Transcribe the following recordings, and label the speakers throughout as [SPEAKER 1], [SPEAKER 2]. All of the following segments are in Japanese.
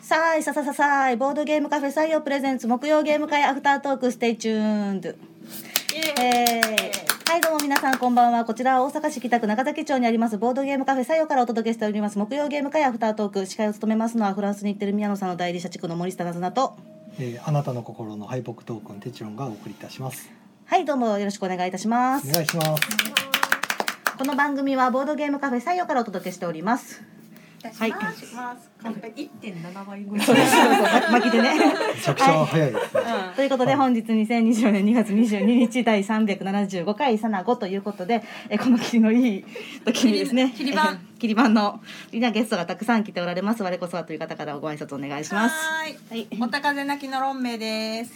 [SPEAKER 1] さあいささささいボードゲームカフェ採用プレゼンツ木曜ゲーム会アフタートークステイチューンド
[SPEAKER 2] イエーイ
[SPEAKER 1] えーはいどうも皆さんこんばんはこちらは大阪市北区中崎町にありますボードゲームカフェ採用からお届けしております木曜ゲーム会アフタートーク司会を務めますのはフランスに行ってる宮野さんの代理社地区の森下なずなと
[SPEAKER 3] えー、あなたの心の敗北トークンテチロンがお送りいたします。
[SPEAKER 1] はいどうもよろしくお願いいたします
[SPEAKER 3] お願いします。
[SPEAKER 1] この番組はボードゲームカフェ採用からお届けしております
[SPEAKER 2] はい
[SPEAKER 1] は
[SPEAKER 2] 出します乾杯1.7倍ぐらい
[SPEAKER 1] そうです 巻きでね
[SPEAKER 3] めちゃくちゃ早いですね。
[SPEAKER 1] ということで、
[SPEAKER 3] はい
[SPEAKER 1] 本日2024年2月22日 第375回サナゴということで、えーこの霧のいい時にですね
[SPEAKER 2] 霧 霧番
[SPEAKER 1] えー霧番のリナゲストがたくさん来ておられます我こそはという方からご挨拶お願いします
[SPEAKER 2] はー
[SPEAKER 1] は
[SPEAKER 2] い
[SPEAKER 1] い
[SPEAKER 2] おたかぜなきの論名です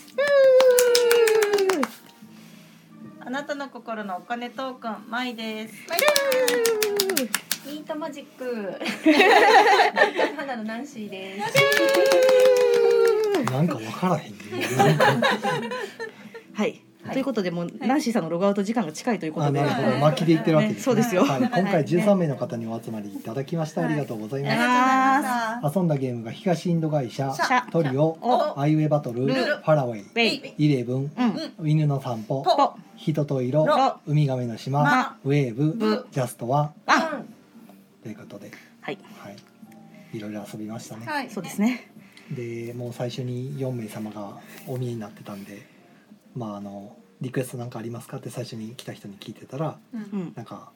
[SPEAKER 2] あなたの心のお金トークンマイです
[SPEAKER 4] ミートマジッ ク。ミートマナのナンシーです。
[SPEAKER 3] なんかわからへん、ね。
[SPEAKER 1] はい、ということでもう、ナンシーさんのログアウト時間が近いということ
[SPEAKER 3] あ、
[SPEAKER 1] で、
[SPEAKER 3] なるほ
[SPEAKER 2] は
[SPEAKER 3] ど、
[SPEAKER 2] い
[SPEAKER 3] 巻きで言ってるわけです、
[SPEAKER 1] ねそうですよ
[SPEAKER 3] はい、今
[SPEAKER 1] はい
[SPEAKER 3] 回13名の方にお集まりいただきました。ありがとうございます。
[SPEAKER 2] ありがとうございま
[SPEAKER 3] 遊んだゲームが東インド会社
[SPEAKER 2] シ
[SPEAKER 1] ャ、
[SPEAKER 3] トリオ、
[SPEAKER 1] お
[SPEAKER 3] アイウェイバトル、フ
[SPEAKER 1] ル
[SPEAKER 3] ァラウェイ、
[SPEAKER 1] ウェイ
[SPEAKER 3] イレブン、
[SPEAKER 1] うん
[SPEAKER 2] ん
[SPEAKER 3] 犬の散歩、
[SPEAKER 2] ポ
[SPEAKER 1] ポ
[SPEAKER 3] 人と色
[SPEAKER 1] ロ、
[SPEAKER 3] ウミガメの島
[SPEAKER 2] マ、
[SPEAKER 3] ウェーブ
[SPEAKER 2] ブ、
[SPEAKER 3] ジャストは
[SPEAKER 1] あ
[SPEAKER 3] ということで、
[SPEAKER 1] はい
[SPEAKER 3] はい、いろいろ遊びましたね。
[SPEAKER 2] すはい
[SPEAKER 1] そうですね
[SPEAKER 3] でもう最初に4名様がお見えになってたんでまああのリクエストなんかありますかって最初に来た人に聞いてたら
[SPEAKER 2] うん
[SPEAKER 1] うん
[SPEAKER 3] なんか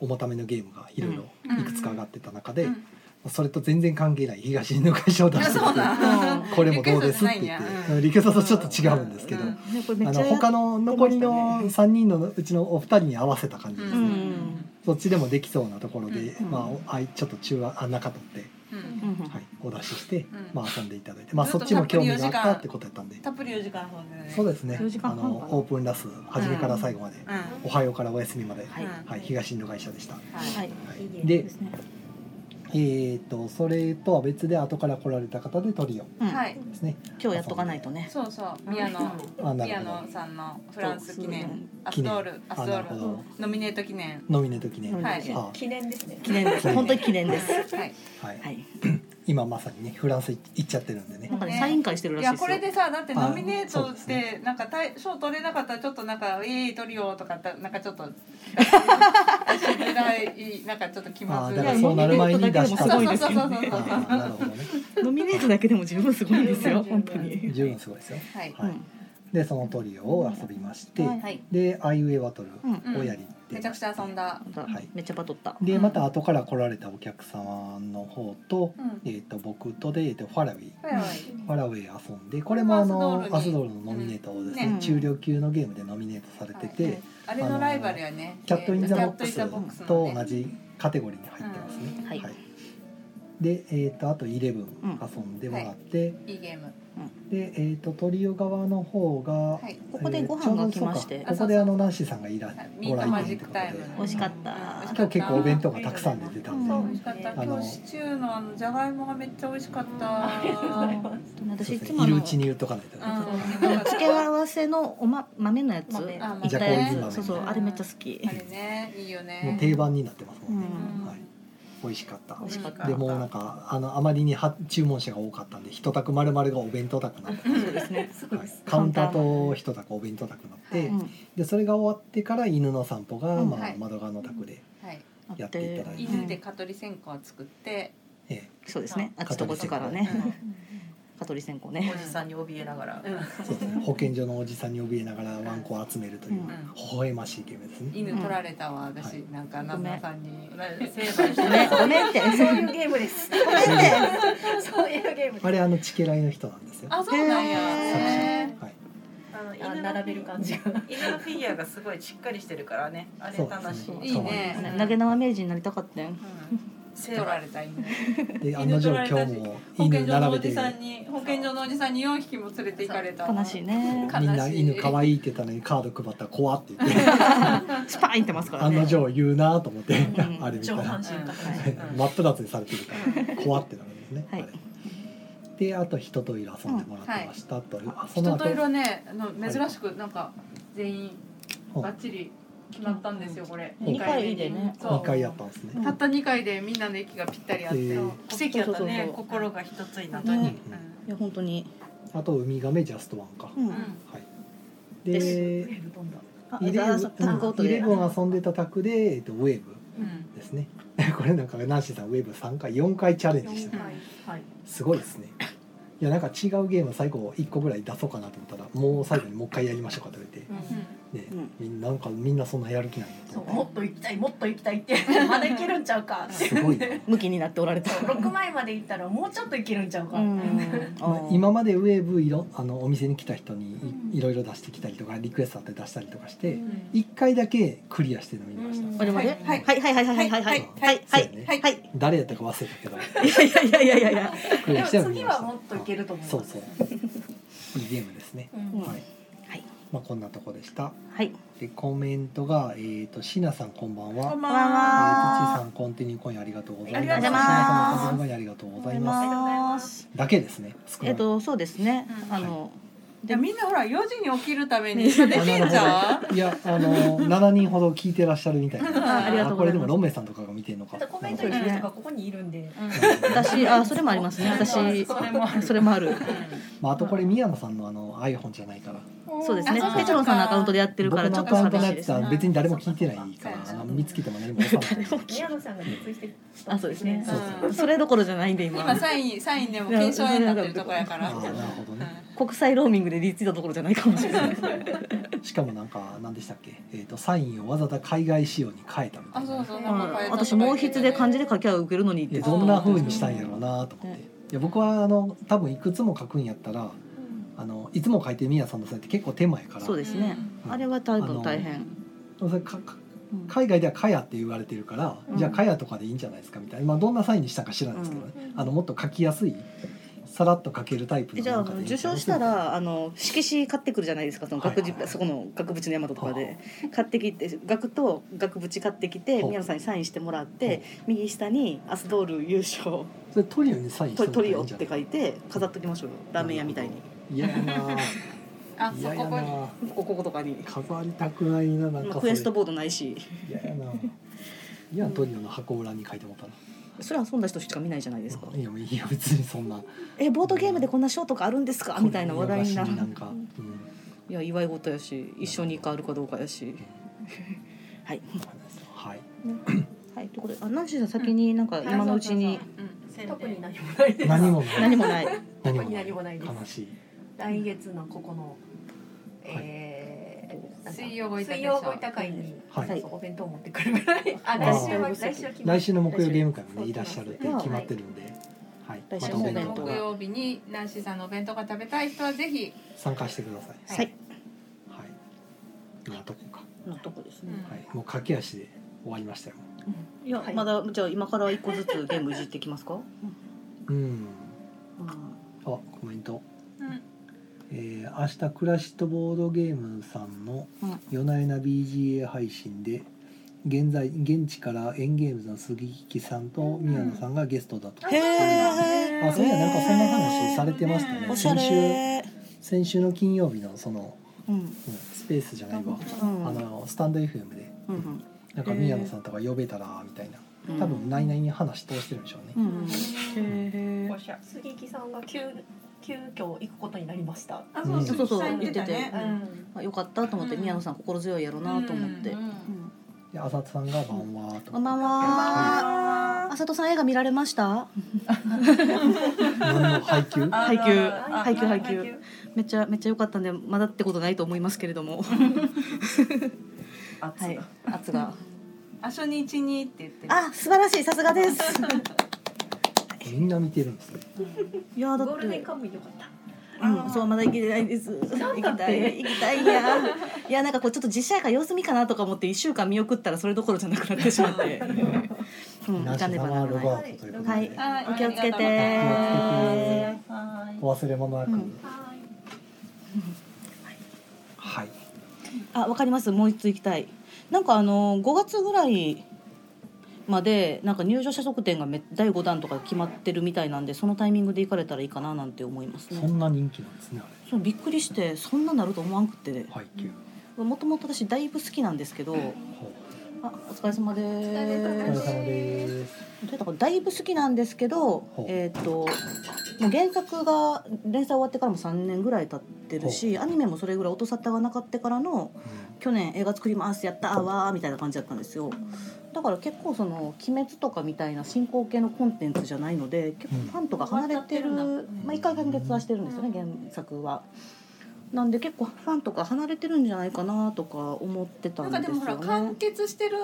[SPEAKER 3] 重ためのゲームがいろい
[SPEAKER 2] うん
[SPEAKER 3] ろいくつか上がってた中で、
[SPEAKER 2] うん
[SPEAKER 3] それと全然関係ない東インド会社を出
[SPEAKER 2] あ
[SPEAKER 3] して
[SPEAKER 2] そうなん
[SPEAKER 1] うん
[SPEAKER 3] これもどうですって言ってリクエストとちょっと違うんですけど、
[SPEAKER 2] うん
[SPEAKER 1] ねこれめ
[SPEAKER 3] あ
[SPEAKER 1] っち
[SPEAKER 3] の
[SPEAKER 1] ゃ
[SPEAKER 3] 他の残
[SPEAKER 1] や
[SPEAKER 3] り
[SPEAKER 1] って
[SPEAKER 3] の
[SPEAKER 1] ま
[SPEAKER 3] 3人のうちのお二人に合わせた感じ
[SPEAKER 2] う
[SPEAKER 3] です
[SPEAKER 2] ん
[SPEAKER 3] ね、そっちでもできそうなところで、
[SPEAKER 1] うん
[SPEAKER 3] まああいちょっと中あ中取って。
[SPEAKER 2] うんうん
[SPEAKER 1] うんうん
[SPEAKER 3] はい、お出しして、
[SPEAKER 2] ん
[SPEAKER 3] まあ遊んでいただいて、まあ
[SPEAKER 2] ずっ
[SPEAKER 3] そ
[SPEAKER 2] と
[SPEAKER 3] っちも興味があったってことやったんで、
[SPEAKER 2] たっぷり4時間ほどね
[SPEAKER 3] そうですね
[SPEAKER 1] 4時。間
[SPEAKER 3] あ
[SPEAKER 1] 半かな
[SPEAKER 3] のオープンラス初めから最後まで、
[SPEAKER 2] うんは
[SPEAKER 3] おはようからお休みまで、
[SPEAKER 1] は
[SPEAKER 3] はいい、
[SPEAKER 2] い
[SPEAKER 3] 東インド会社でした。は
[SPEAKER 1] はい
[SPEAKER 3] い、
[SPEAKER 1] で
[SPEAKER 3] です
[SPEAKER 1] ね
[SPEAKER 3] えーっとそれとは別で後から来られた方でトリオ
[SPEAKER 1] うん
[SPEAKER 2] はい
[SPEAKER 3] ですね。
[SPEAKER 1] 今日やっとかないとね
[SPEAKER 2] そうそう宮野
[SPEAKER 3] あなる
[SPEAKER 2] 宮
[SPEAKER 3] ほど
[SPEAKER 2] 野。さんのフランス記念アス
[SPEAKER 3] 記
[SPEAKER 2] ド
[SPEAKER 3] 念
[SPEAKER 2] ールアス
[SPEAKER 3] あ
[SPEAKER 2] ド
[SPEAKER 3] なる
[SPEAKER 2] ー
[SPEAKER 3] ほ
[SPEAKER 2] ル
[SPEAKER 3] ど。
[SPEAKER 2] ノミネート記念
[SPEAKER 3] 飲みの時ね。
[SPEAKER 2] は
[SPEAKER 3] はいい。
[SPEAKER 4] 記念ですね。
[SPEAKER 1] 記念です本当に記念です
[SPEAKER 2] はい
[SPEAKER 3] は。
[SPEAKER 1] はいい
[SPEAKER 3] 今まさにねフランス行っちゃってるんでね
[SPEAKER 1] なん。かね
[SPEAKER 2] ね
[SPEAKER 1] サイン会してるら
[SPEAKER 2] い
[SPEAKER 1] しい
[SPEAKER 2] や
[SPEAKER 1] です
[SPEAKER 2] こ
[SPEAKER 1] よ
[SPEAKER 2] れでさだってノミネート
[SPEAKER 3] あそう
[SPEAKER 2] っ
[SPEAKER 3] です
[SPEAKER 2] て
[SPEAKER 3] ね
[SPEAKER 2] なんか大賞取れなかったらちょっとなんか「ええ取るよ」とかってなんかちょっとぐらいなんかちょっと気
[SPEAKER 3] あ
[SPEAKER 2] ま
[SPEAKER 3] あ
[SPEAKER 2] ずい
[SPEAKER 3] だからそうなる前に出した
[SPEAKER 2] そう
[SPEAKER 3] と
[SPEAKER 2] そ
[SPEAKER 3] いうう
[SPEAKER 1] いやノミネートだけでもすご
[SPEAKER 2] そ
[SPEAKER 1] い
[SPEAKER 2] うそうそうそう
[SPEAKER 3] ああ
[SPEAKER 1] ノミネートだけでも十分すごい
[SPEAKER 3] なるほどね。
[SPEAKER 1] ですよ本当に。
[SPEAKER 3] 十分すごいですよ。
[SPEAKER 2] はい
[SPEAKER 3] は
[SPEAKER 1] う
[SPEAKER 3] い
[SPEAKER 1] ん
[SPEAKER 3] でそのトリオを遊びまして、
[SPEAKER 1] はい
[SPEAKER 2] はい
[SPEAKER 3] でアイウェイバトル
[SPEAKER 1] うん
[SPEAKER 3] をやり
[SPEAKER 2] めちゃくちゃ遊んだ
[SPEAKER 1] 本当だ
[SPEAKER 3] はい
[SPEAKER 1] めっちゃバトった。
[SPEAKER 3] でまた後から来られたお客様の方と,、
[SPEAKER 2] うん
[SPEAKER 3] えー、と僕とで、えー、とファラウェイ
[SPEAKER 2] はいはい
[SPEAKER 3] ファラウェイ遊んでこれもあの
[SPEAKER 2] ア
[SPEAKER 3] ア
[SPEAKER 2] ス
[SPEAKER 3] ス
[SPEAKER 2] ド
[SPEAKER 3] ドール
[SPEAKER 2] ールに
[SPEAKER 3] のノミネートをですね、
[SPEAKER 2] うん
[SPEAKER 1] ね
[SPEAKER 3] 中量級のゲームでノミネートされてて、
[SPEAKER 2] はいあれのライバルやね
[SPEAKER 3] キャット・イン・ザ・ボック
[SPEAKER 2] キャットインザボック
[SPEAKER 3] ス
[SPEAKER 2] スの
[SPEAKER 3] と
[SPEAKER 2] ね
[SPEAKER 3] 同じカテゴリーに入ってますね、
[SPEAKER 2] うん
[SPEAKER 1] はい
[SPEAKER 3] で、えー、とあと11
[SPEAKER 1] ん
[SPEAKER 3] 遊んでもらって、
[SPEAKER 2] いいゲーム
[SPEAKER 3] で、えー、とトリオ側の方が、
[SPEAKER 2] はい
[SPEAKER 1] ここでご飯
[SPEAKER 3] ちょうど
[SPEAKER 1] が来まして
[SPEAKER 3] そうかここであのナンシーさんがいら
[SPEAKER 2] ミートマジックタイム
[SPEAKER 1] 美味しかっ
[SPEAKER 2] うん
[SPEAKER 1] た。
[SPEAKER 3] 今日結構お弁当がたくさん出てたんで、
[SPEAKER 2] そう美味しかった
[SPEAKER 3] あ
[SPEAKER 2] 今
[SPEAKER 3] の
[SPEAKER 2] 日シチューのあのじゃがいもがめっちゃ美味しかった
[SPEAKER 4] ありがとうご ざいます。
[SPEAKER 3] そ
[SPEAKER 1] 私
[SPEAKER 3] う
[SPEAKER 1] い
[SPEAKER 3] で
[SPEAKER 1] つ
[SPEAKER 3] す
[SPEAKER 1] も
[SPEAKER 3] ね
[SPEAKER 1] あ
[SPEAKER 3] い
[SPEAKER 1] の
[SPEAKER 3] るうち
[SPEAKER 1] 付
[SPEAKER 3] に言っとかないとね、
[SPEAKER 2] うんよかった
[SPEAKER 1] け合わせのおま豆のやつ、
[SPEAKER 4] 豆
[SPEAKER 2] あ
[SPEAKER 1] いったや
[SPEAKER 3] 豆
[SPEAKER 1] つ、そうそうあれめっちゃ好き
[SPEAKER 2] あ。れねいいよ
[SPEAKER 3] もう
[SPEAKER 2] ね
[SPEAKER 3] 定番になってますもんね、
[SPEAKER 1] うん
[SPEAKER 3] はい、美味しかった
[SPEAKER 1] 美味しかった。
[SPEAKER 3] でもうなんかあのあまりには注文者が多かったんで一択丸々がお弁当宅になって、
[SPEAKER 1] そうですね。すごい
[SPEAKER 3] はい
[SPEAKER 1] です
[SPEAKER 3] カウンターと一択お弁当宅になって、
[SPEAKER 1] うん
[SPEAKER 3] でそれが終わってから犬の散歩が、
[SPEAKER 1] うん
[SPEAKER 3] ま
[SPEAKER 2] は
[SPEAKER 3] あ
[SPEAKER 2] い、
[SPEAKER 3] 窓側の宅で、
[SPEAKER 2] はい
[SPEAKER 3] やっていただいて
[SPEAKER 2] 犬で蚊取り線香を作って
[SPEAKER 3] え
[SPEAKER 1] そうですね。あっちとこっちから
[SPEAKER 2] う
[SPEAKER 1] ね。
[SPEAKER 2] ん
[SPEAKER 1] カトリ線香ね。
[SPEAKER 5] おじさんに怯えながら、
[SPEAKER 3] えそうですね、保健所のおじさんに怯えながらワンコを集めるという、
[SPEAKER 1] うん
[SPEAKER 3] 微笑ましいゲームですね。
[SPEAKER 2] 犬取られたわ私
[SPEAKER 3] う
[SPEAKER 2] なんか旦那さんに
[SPEAKER 5] 成敗して
[SPEAKER 1] ごめんごめんって。
[SPEAKER 4] そういうゲームです。そういうゲーム
[SPEAKER 3] あ
[SPEAKER 4] で
[SPEAKER 3] れあのチケライの人なんですよ。
[SPEAKER 2] あそうなんや
[SPEAKER 1] へ
[SPEAKER 2] ね
[SPEAKER 3] はい、
[SPEAKER 5] あの
[SPEAKER 4] す。あ並べる感じが。
[SPEAKER 5] 犬のフィギュアがすごいしっかりしてるからねあれ
[SPEAKER 3] そう
[SPEAKER 5] 楽しい
[SPEAKER 3] そう
[SPEAKER 2] いいね
[SPEAKER 5] うん
[SPEAKER 1] 投げ縄名人になりたかったよ。
[SPEAKER 5] 成
[SPEAKER 2] 取ら
[SPEAKER 5] 敗
[SPEAKER 2] れた犬
[SPEAKER 3] で案の定今日も
[SPEAKER 2] 保
[SPEAKER 3] 犬
[SPEAKER 2] 健所の
[SPEAKER 3] 並
[SPEAKER 2] お
[SPEAKER 3] べて
[SPEAKER 2] じさんに保健所のおじさんに4匹も連れて行かれた
[SPEAKER 1] 悲しいね。
[SPEAKER 3] みんな犬可愛いって言ったのにカード配ったら怖って言って
[SPEAKER 1] スパーンって ますから
[SPEAKER 3] 案の
[SPEAKER 1] ね。
[SPEAKER 3] 定言うなと思って、
[SPEAKER 1] ん
[SPEAKER 3] あれみたい
[SPEAKER 5] 上半
[SPEAKER 3] な
[SPEAKER 5] 身とか
[SPEAKER 2] は
[SPEAKER 5] うん
[SPEAKER 3] 真っ二つにされてるから怖ってなるんですね、
[SPEAKER 1] はい
[SPEAKER 3] あれであと人と色遊んでもらってましたと、あその後
[SPEAKER 2] 人と色ねあの珍しくなんか全員
[SPEAKER 3] うん
[SPEAKER 2] バッチリ決まったんですよこれ
[SPEAKER 1] 二回でね
[SPEAKER 2] そう
[SPEAKER 3] 二回やったんですね
[SPEAKER 2] たった2回でみんなの息がぴったり合って、
[SPEAKER 3] へえ
[SPEAKER 2] 奇跡だった
[SPEAKER 1] そうそうそう
[SPEAKER 2] ね
[SPEAKER 1] そう
[SPEAKER 5] 心が一つになった
[SPEAKER 1] ね
[SPEAKER 5] に、
[SPEAKER 1] いや本当に、
[SPEAKER 3] あとウミガメジャストワンか、
[SPEAKER 1] う
[SPEAKER 5] うん
[SPEAKER 1] ん、
[SPEAKER 3] はい
[SPEAKER 1] で
[SPEAKER 3] で
[SPEAKER 1] あ
[SPEAKER 3] イレ
[SPEAKER 1] あそうタッグアウトで
[SPEAKER 3] ブン遊んでた卓で、えっと、ウェーブ
[SPEAKER 5] うんうん
[SPEAKER 3] ですね これなんかナンシーさんウェーブ3回4回チャレンジしてた
[SPEAKER 4] 四回
[SPEAKER 5] はい
[SPEAKER 3] すごいですねいやなんか違うゲーム最後1個ぐらい出そうかなと思ったらもう最後にもう一回やりましょうかと言って、ね
[SPEAKER 1] うん
[SPEAKER 3] みんななんかみんなそんなやる気ないよと
[SPEAKER 4] そう
[SPEAKER 3] 思
[SPEAKER 4] もっと行きたいもっと行きたいってまだ行けるんちゃうか
[SPEAKER 3] ってすご いな、
[SPEAKER 1] 向きになっておられた。
[SPEAKER 4] 6枚まで行ったらもうちょっと行けるんちゃうか、
[SPEAKER 1] うん
[SPEAKER 3] まあ
[SPEAKER 1] あー
[SPEAKER 3] 今までウェーブいろあのお店に来た人に
[SPEAKER 4] うん
[SPEAKER 3] いいろいろ出してきたりとかリクエストあって出したりとかし
[SPEAKER 4] う
[SPEAKER 3] て
[SPEAKER 4] ん
[SPEAKER 3] 1回だけクリアしてるの見ました、
[SPEAKER 4] うん
[SPEAKER 1] これまで、
[SPEAKER 5] は
[SPEAKER 1] はいい、はい、はい、はい、はい、はい、はい、はい、は
[SPEAKER 3] そう
[SPEAKER 1] い
[SPEAKER 3] やね、
[SPEAKER 1] はい、はい、
[SPEAKER 3] 誰やったか忘れたけど
[SPEAKER 1] いやいやいやいやいやいや、
[SPEAKER 3] クリアして
[SPEAKER 4] で
[SPEAKER 3] るの
[SPEAKER 4] も
[SPEAKER 3] 見
[SPEAKER 4] 次
[SPEAKER 3] まし
[SPEAKER 4] は
[SPEAKER 3] た
[SPEAKER 4] もっと行けると思う
[SPEAKER 3] そうそういいゲームですね、
[SPEAKER 4] うん
[SPEAKER 1] うん
[SPEAKER 3] はい、
[SPEAKER 1] はい、
[SPEAKER 3] まあ、こんなとこでした
[SPEAKER 1] はい、
[SPEAKER 3] でコメントが、えー、とシナさんこんばんは。
[SPEAKER 5] こん
[SPEAKER 3] えー
[SPEAKER 5] ば
[SPEAKER 1] わん
[SPEAKER 5] ん
[SPEAKER 1] わ
[SPEAKER 3] とち
[SPEAKER 1] あー
[SPEAKER 3] ーさんコンティニューコインありがとうございます。
[SPEAKER 5] ありがとう
[SPEAKER 1] ございます
[SPEAKER 3] シナさんもコンティニューコインありがとうございます。
[SPEAKER 1] す。
[SPEAKER 3] だけですね。少ない
[SPEAKER 1] えっと、そうですね、
[SPEAKER 2] うん
[SPEAKER 1] あの、
[SPEAKER 2] いやみんなほら4時に起きるために今できんじゃん
[SPEAKER 3] いやあの七人ほど聞いてらっしゃるみたいな。
[SPEAKER 1] あありがとう
[SPEAKER 3] こ
[SPEAKER 1] ご
[SPEAKER 3] れ
[SPEAKER 1] ざいま
[SPEAKER 3] で
[SPEAKER 1] す。
[SPEAKER 3] もロンメイさんとかが見てるのか
[SPEAKER 4] あ。とコメントいる人がここにいるんで
[SPEAKER 5] うん
[SPEAKER 1] 私、あ、それもありますね、私、
[SPEAKER 5] それもある
[SPEAKER 1] それもある。
[SPEAKER 3] まああとこれ宮野さんのあの iPhone じゃないから。
[SPEAKER 1] そうですね
[SPEAKER 2] あそう、か
[SPEAKER 1] ペチロンさんのアカウントでやってる
[SPEAKER 3] 僕
[SPEAKER 1] から、ちょ
[SPEAKER 3] のア
[SPEAKER 1] っと
[SPEAKER 3] カウント
[SPEAKER 1] 寂
[SPEAKER 3] の
[SPEAKER 1] しいで
[SPEAKER 3] やつ
[SPEAKER 1] す。
[SPEAKER 3] は
[SPEAKER 1] ね
[SPEAKER 3] 別に誰も聞いてないから、あの見つけても何も分からない。
[SPEAKER 4] 宮野さんが熱意して
[SPEAKER 1] あ、そうですね
[SPEAKER 3] そう
[SPEAKER 2] そう
[SPEAKER 1] それどころじゃないんで、今
[SPEAKER 2] 今。サインサインでも検証になってるとこやから
[SPEAKER 3] ああなるほどね。
[SPEAKER 1] 国際ローミングでリツイートどころじゃないかもしれ ない。
[SPEAKER 3] しかもなんか何でしたっけ、えー、とサインをわざわざ海外仕様に変えたみた
[SPEAKER 2] あ
[SPEAKER 3] い
[SPEAKER 2] そ
[SPEAKER 3] な
[SPEAKER 2] うそうなんか変えた
[SPEAKER 1] 私、毛筆で漢字で書きゃ受けるのにっ
[SPEAKER 3] い
[SPEAKER 1] て
[SPEAKER 3] や。どんな風にしたんやろうなと思って、
[SPEAKER 1] う
[SPEAKER 3] いや僕はあの多分いくつも書くんやったらあのいつも書いてる宮さんのさって結構手前から
[SPEAKER 1] そうですね。
[SPEAKER 3] うん
[SPEAKER 1] あれは多分大変。
[SPEAKER 3] それかか
[SPEAKER 1] うん
[SPEAKER 3] 海外では「かや」って言われてるから、
[SPEAKER 1] うん
[SPEAKER 3] じゃあ「かや」とかでいいんじゃないですかみたいな、まあ、どんなサインにしたか知らないですけどね、
[SPEAKER 4] うん
[SPEAKER 3] あのもっと書きやすいさらっと書けるタイプ
[SPEAKER 1] え
[SPEAKER 3] の
[SPEAKER 1] じゃあ
[SPEAKER 3] な
[SPEAKER 1] あ
[SPEAKER 3] んか
[SPEAKER 1] の
[SPEAKER 3] でいいん
[SPEAKER 1] 受
[SPEAKER 3] じゃない
[SPEAKER 1] 賞
[SPEAKER 3] で
[SPEAKER 1] し
[SPEAKER 3] すか
[SPEAKER 1] たらあの色紙買ってくるじゃないですかその額
[SPEAKER 3] はいはいは
[SPEAKER 1] 縁
[SPEAKER 3] い
[SPEAKER 1] そこの額縁の山とかで買ってきて額と額縁買ってきて
[SPEAKER 3] ほう
[SPEAKER 1] 宮野さんにサインしてもらっ
[SPEAKER 3] ほう
[SPEAKER 1] て右下に「アスドール優勝
[SPEAKER 3] それトリオにサイン
[SPEAKER 1] ト
[SPEAKER 3] もら
[SPEAKER 1] リ
[SPEAKER 3] えば
[SPEAKER 1] オ」
[SPEAKER 3] い
[SPEAKER 1] っ
[SPEAKER 3] んじゃな
[SPEAKER 1] て書いて飾っときましょうよラーメン屋みたいに
[SPEAKER 3] 嫌やなぁ
[SPEAKER 2] あそ
[SPEAKER 3] 嫌や
[SPEAKER 2] ここ
[SPEAKER 3] な
[SPEAKER 2] に
[SPEAKER 3] ぁ
[SPEAKER 1] こここことかに
[SPEAKER 3] 飾りたくないななんか
[SPEAKER 1] まあ
[SPEAKER 3] そ
[SPEAKER 1] ク
[SPEAKER 3] れ
[SPEAKER 1] エストボードないし
[SPEAKER 3] 嫌やないやトリオの箱裏に書いてもらったら、
[SPEAKER 1] それ遊んだ人しか見ないじゃないですか
[SPEAKER 3] いやいや別にそんな
[SPEAKER 1] 「えボードゲームでこんなショートがあるんですか?」みたいな話題になる
[SPEAKER 3] これなんか、うん、
[SPEAKER 1] いや祝い事やし一緒に帰るかどうかやし はい
[SPEAKER 3] はい
[SPEAKER 1] はいということであナンシーさん先になんか今のうちに
[SPEAKER 4] 特
[SPEAKER 5] 特
[SPEAKER 4] に
[SPEAKER 5] にな
[SPEAKER 4] 何もないです
[SPEAKER 3] 何もない
[SPEAKER 1] 何もない
[SPEAKER 3] 何
[SPEAKER 4] 特に何もないです
[SPEAKER 3] 悲しい
[SPEAKER 4] 来月のここの、えーなんだ
[SPEAKER 2] 水曜ごいたけ
[SPEAKER 4] 水
[SPEAKER 2] し
[SPEAKER 4] 曜ごいた会に、
[SPEAKER 3] はい
[SPEAKER 1] はい
[SPEAKER 4] そうお弁当を持ってくるぐらいあ来週は来週は決まる
[SPEAKER 3] 来週の木曜ゲーム会もねいらっしゃるって
[SPEAKER 1] そう
[SPEAKER 3] 決まってるんで、はい、
[SPEAKER 1] 来
[SPEAKER 3] ま
[SPEAKER 1] 週
[SPEAKER 3] た
[SPEAKER 1] のお
[SPEAKER 3] お弁
[SPEAKER 1] 弁当
[SPEAKER 3] 当
[SPEAKER 2] 木
[SPEAKER 1] が
[SPEAKER 2] 曜日にナンシーさんのお弁当が食べたい人はぜひ
[SPEAKER 3] 参加してくださ
[SPEAKER 1] は
[SPEAKER 3] い。
[SPEAKER 1] い
[SPEAKER 3] はい、こんなとこか。
[SPEAKER 1] のとこですね、
[SPEAKER 3] はい、もう駆け足で終わりましたよ。
[SPEAKER 1] いや、
[SPEAKER 4] はい
[SPEAKER 1] まだじゃあ今から一個ずつゲームいじってきますか、
[SPEAKER 3] うん。
[SPEAKER 1] うん
[SPEAKER 3] あ、コメント。
[SPEAKER 2] うん
[SPEAKER 3] えー、明日クラシットボードゲームさんの
[SPEAKER 1] うん
[SPEAKER 3] 夜な夜な BGA 配信で現在現地からエンゲームズの杉木さんと宮野さんがゲストだと。
[SPEAKER 1] へえ
[SPEAKER 3] あ、そういやなんかそんな話されてましたね。
[SPEAKER 2] お
[SPEAKER 1] おしゃれ
[SPEAKER 3] 先週の金曜日のその、
[SPEAKER 1] うん
[SPEAKER 3] うん、スペースじゃないわ、
[SPEAKER 1] うん
[SPEAKER 3] あのスタンド FM で
[SPEAKER 1] うん
[SPEAKER 3] なんか宮野さんとか呼べたらみたいな、
[SPEAKER 1] うん
[SPEAKER 3] 多分内々に話通してるんでしょうね、
[SPEAKER 1] うん
[SPEAKER 5] に
[SPEAKER 1] へ
[SPEAKER 5] おしゃ
[SPEAKER 4] 杉木さんが急急遽行くことになりました
[SPEAKER 2] あそう
[SPEAKER 3] うん
[SPEAKER 2] そうそう
[SPEAKER 1] そうそう
[SPEAKER 2] 言って
[SPEAKER 1] 言
[SPEAKER 2] た
[SPEAKER 1] って
[SPEAKER 2] ね
[SPEAKER 1] てえよかったと思って宮野さん心強いやろなと思って、
[SPEAKER 2] うんうん
[SPEAKER 1] うん
[SPEAKER 3] で浅田さんが「ばんは」と
[SPEAKER 1] こんばん
[SPEAKER 3] は
[SPEAKER 1] はあさとさん映画見られました
[SPEAKER 3] 何の配給
[SPEAKER 5] あ
[SPEAKER 1] 配給
[SPEAKER 5] あ
[SPEAKER 1] 配給配給めっちゃめっちゃ良かったんでまだってことないと思いますけれども
[SPEAKER 5] 熱
[SPEAKER 1] はい圧が
[SPEAKER 2] あ初日にって言ってる
[SPEAKER 1] あ素晴らしいさすが です
[SPEAKER 3] みんな見てるんですよ
[SPEAKER 1] いやだ
[SPEAKER 4] ゴー
[SPEAKER 1] っ
[SPEAKER 4] ルデ
[SPEAKER 1] て
[SPEAKER 4] ンカムイよかった
[SPEAKER 1] うん、そうまだ行けてないです。行きたい行きたいや。いやなんかこうちょっと実写やから様子見かなとか思って一週間見送ったらそれどころじゃなくなってしま って。うん、行
[SPEAKER 3] 皆
[SPEAKER 1] か
[SPEAKER 3] さん
[SPEAKER 1] ねばな
[SPEAKER 3] は
[SPEAKER 1] ら
[SPEAKER 3] ロ
[SPEAKER 1] ない。
[SPEAKER 3] バートということで、
[SPEAKER 1] はい
[SPEAKER 2] はい
[SPEAKER 1] お気をつけて。
[SPEAKER 3] お
[SPEAKER 1] は
[SPEAKER 3] お忘れ物な
[SPEAKER 1] う
[SPEAKER 3] く、
[SPEAKER 1] ん
[SPEAKER 4] はい
[SPEAKER 3] はい
[SPEAKER 1] あわかります。もう一つ行きたい。なんかあの5月ぐらい。までなんか入場者特典がめ第5弾とか決まってるみたいなんでそのタイミングで行かれたらいいかななんて思います
[SPEAKER 3] そ
[SPEAKER 1] ね
[SPEAKER 3] んな人気なんですねあ
[SPEAKER 1] そうびっくりしてそんななると思わんくて
[SPEAKER 3] れ配給
[SPEAKER 1] もともと私だいぶ好きなんですけど、
[SPEAKER 3] ほ
[SPEAKER 1] あお疲れ様で
[SPEAKER 3] うお
[SPEAKER 4] 疲
[SPEAKER 3] 疲
[SPEAKER 1] す
[SPEAKER 3] れ様です
[SPEAKER 1] どうやったかなだいぶ好きなんですけど
[SPEAKER 3] ほう、
[SPEAKER 1] えー、ともう原作が連載終わってからも3年ぐらい経ってるしアニメもそれぐらい音沙汰がなかったからの去年映画作りますやったーわーみたいな感じだったんですよだから結構その「鬼滅」とかみたいな進行形のコンテンツじゃないので結構
[SPEAKER 3] うん
[SPEAKER 1] ファンとか離れてる
[SPEAKER 4] 終わっ
[SPEAKER 1] 毎回完結はしてるんですよね原作は。なんで結構ファンとか離れてるんじゃないかなとか思ってた
[SPEAKER 2] なんん
[SPEAKER 1] です
[SPEAKER 2] かでもほら
[SPEAKER 1] よね
[SPEAKER 2] 完。結してる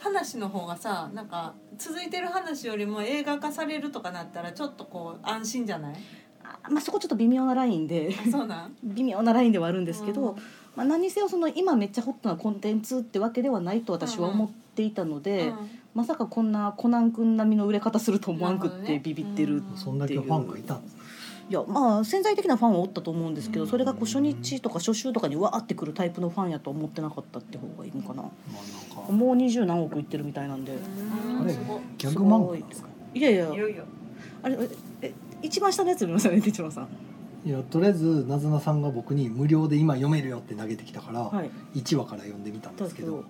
[SPEAKER 2] 話の方がさなんか続いてる話よりも映画化されるとかなったらちょっとこう安心じゃない
[SPEAKER 1] あまあ、そこちょっと微妙なラインで
[SPEAKER 2] あそうなん
[SPEAKER 1] 微妙なラインではあるんですけど、
[SPEAKER 2] うん
[SPEAKER 1] まあ、何にせよその今めっちゃホットなコンテンツってわけではないと私は思っていたの で、
[SPEAKER 2] うん
[SPEAKER 1] まさかこんなコナン君並みの売れ方すると思わんくっ
[SPEAKER 2] なるほど
[SPEAKER 1] て
[SPEAKER 2] ね
[SPEAKER 1] ビビってる
[SPEAKER 2] うん
[SPEAKER 3] そんだけファンがいたんですね
[SPEAKER 1] いやまあ潜在的なファンはおったと思うんですけどそれがこう初日とか初週とかにわーってくるタイプのファンやとは思ってなかったって方がいいのかな
[SPEAKER 3] まあなんか
[SPEAKER 1] もう二十何億いってるみたいなんで
[SPEAKER 2] うん
[SPEAKER 3] あれ
[SPEAKER 2] すごい
[SPEAKER 3] ギャグ漫画なんですか
[SPEAKER 1] いやいや
[SPEAKER 5] いよいよ
[SPEAKER 1] あれええ一番下のやつ見ましたね手嶋さん
[SPEAKER 3] いやとりあえずなずなさんが僕に無料で今読めるよって投げてきたから、
[SPEAKER 1] はい
[SPEAKER 3] 1話から読んでみたんですけ
[SPEAKER 1] どう
[SPEAKER 3] ど
[SPEAKER 1] ぞ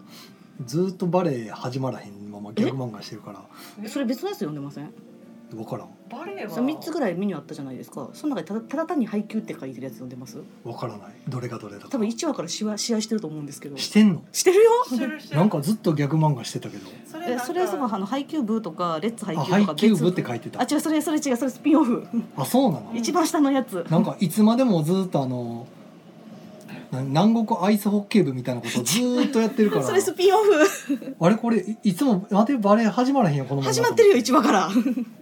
[SPEAKER 3] ずーっとバレエ始まらへんままギャグ漫画してるから
[SPEAKER 1] それ別のやつ読んでません
[SPEAKER 3] 分からん
[SPEAKER 5] バレエは
[SPEAKER 1] そ3つぐらいメニューあったじゃないですかその中でただただ単に配給って書いてるやつ読んでます
[SPEAKER 3] 分からないどれがどれだか
[SPEAKER 1] 多分1話から試合試合してると思うんですけど
[SPEAKER 3] してんの
[SPEAKER 1] してるよ
[SPEAKER 5] 知る知る
[SPEAKER 3] なんかずっとギャグ漫画してたけど
[SPEAKER 5] そ
[SPEAKER 1] え
[SPEAKER 5] なんか
[SPEAKER 1] それはそのあの配給部とかレッツ配給とか
[SPEAKER 3] あ配給部
[SPEAKER 1] 別
[SPEAKER 3] って書いてた
[SPEAKER 1] あ違うそれそれ違うそれスピンオフ、
[SPEAKER 3] あそうなの
[SPEAKER 1] 一番下のやつ
[SPEAKER 3] なんかいつまでもずーっとあのな南国アイスホッケー部みたいなことをずーっとやってるから
[SPEAKER 1] それスピンオフ
[SPEAKER 3] あれこれいいつも待てバレエ始まらへんよこの漫画
[SPEAKER 1] 始まってるよ1話 から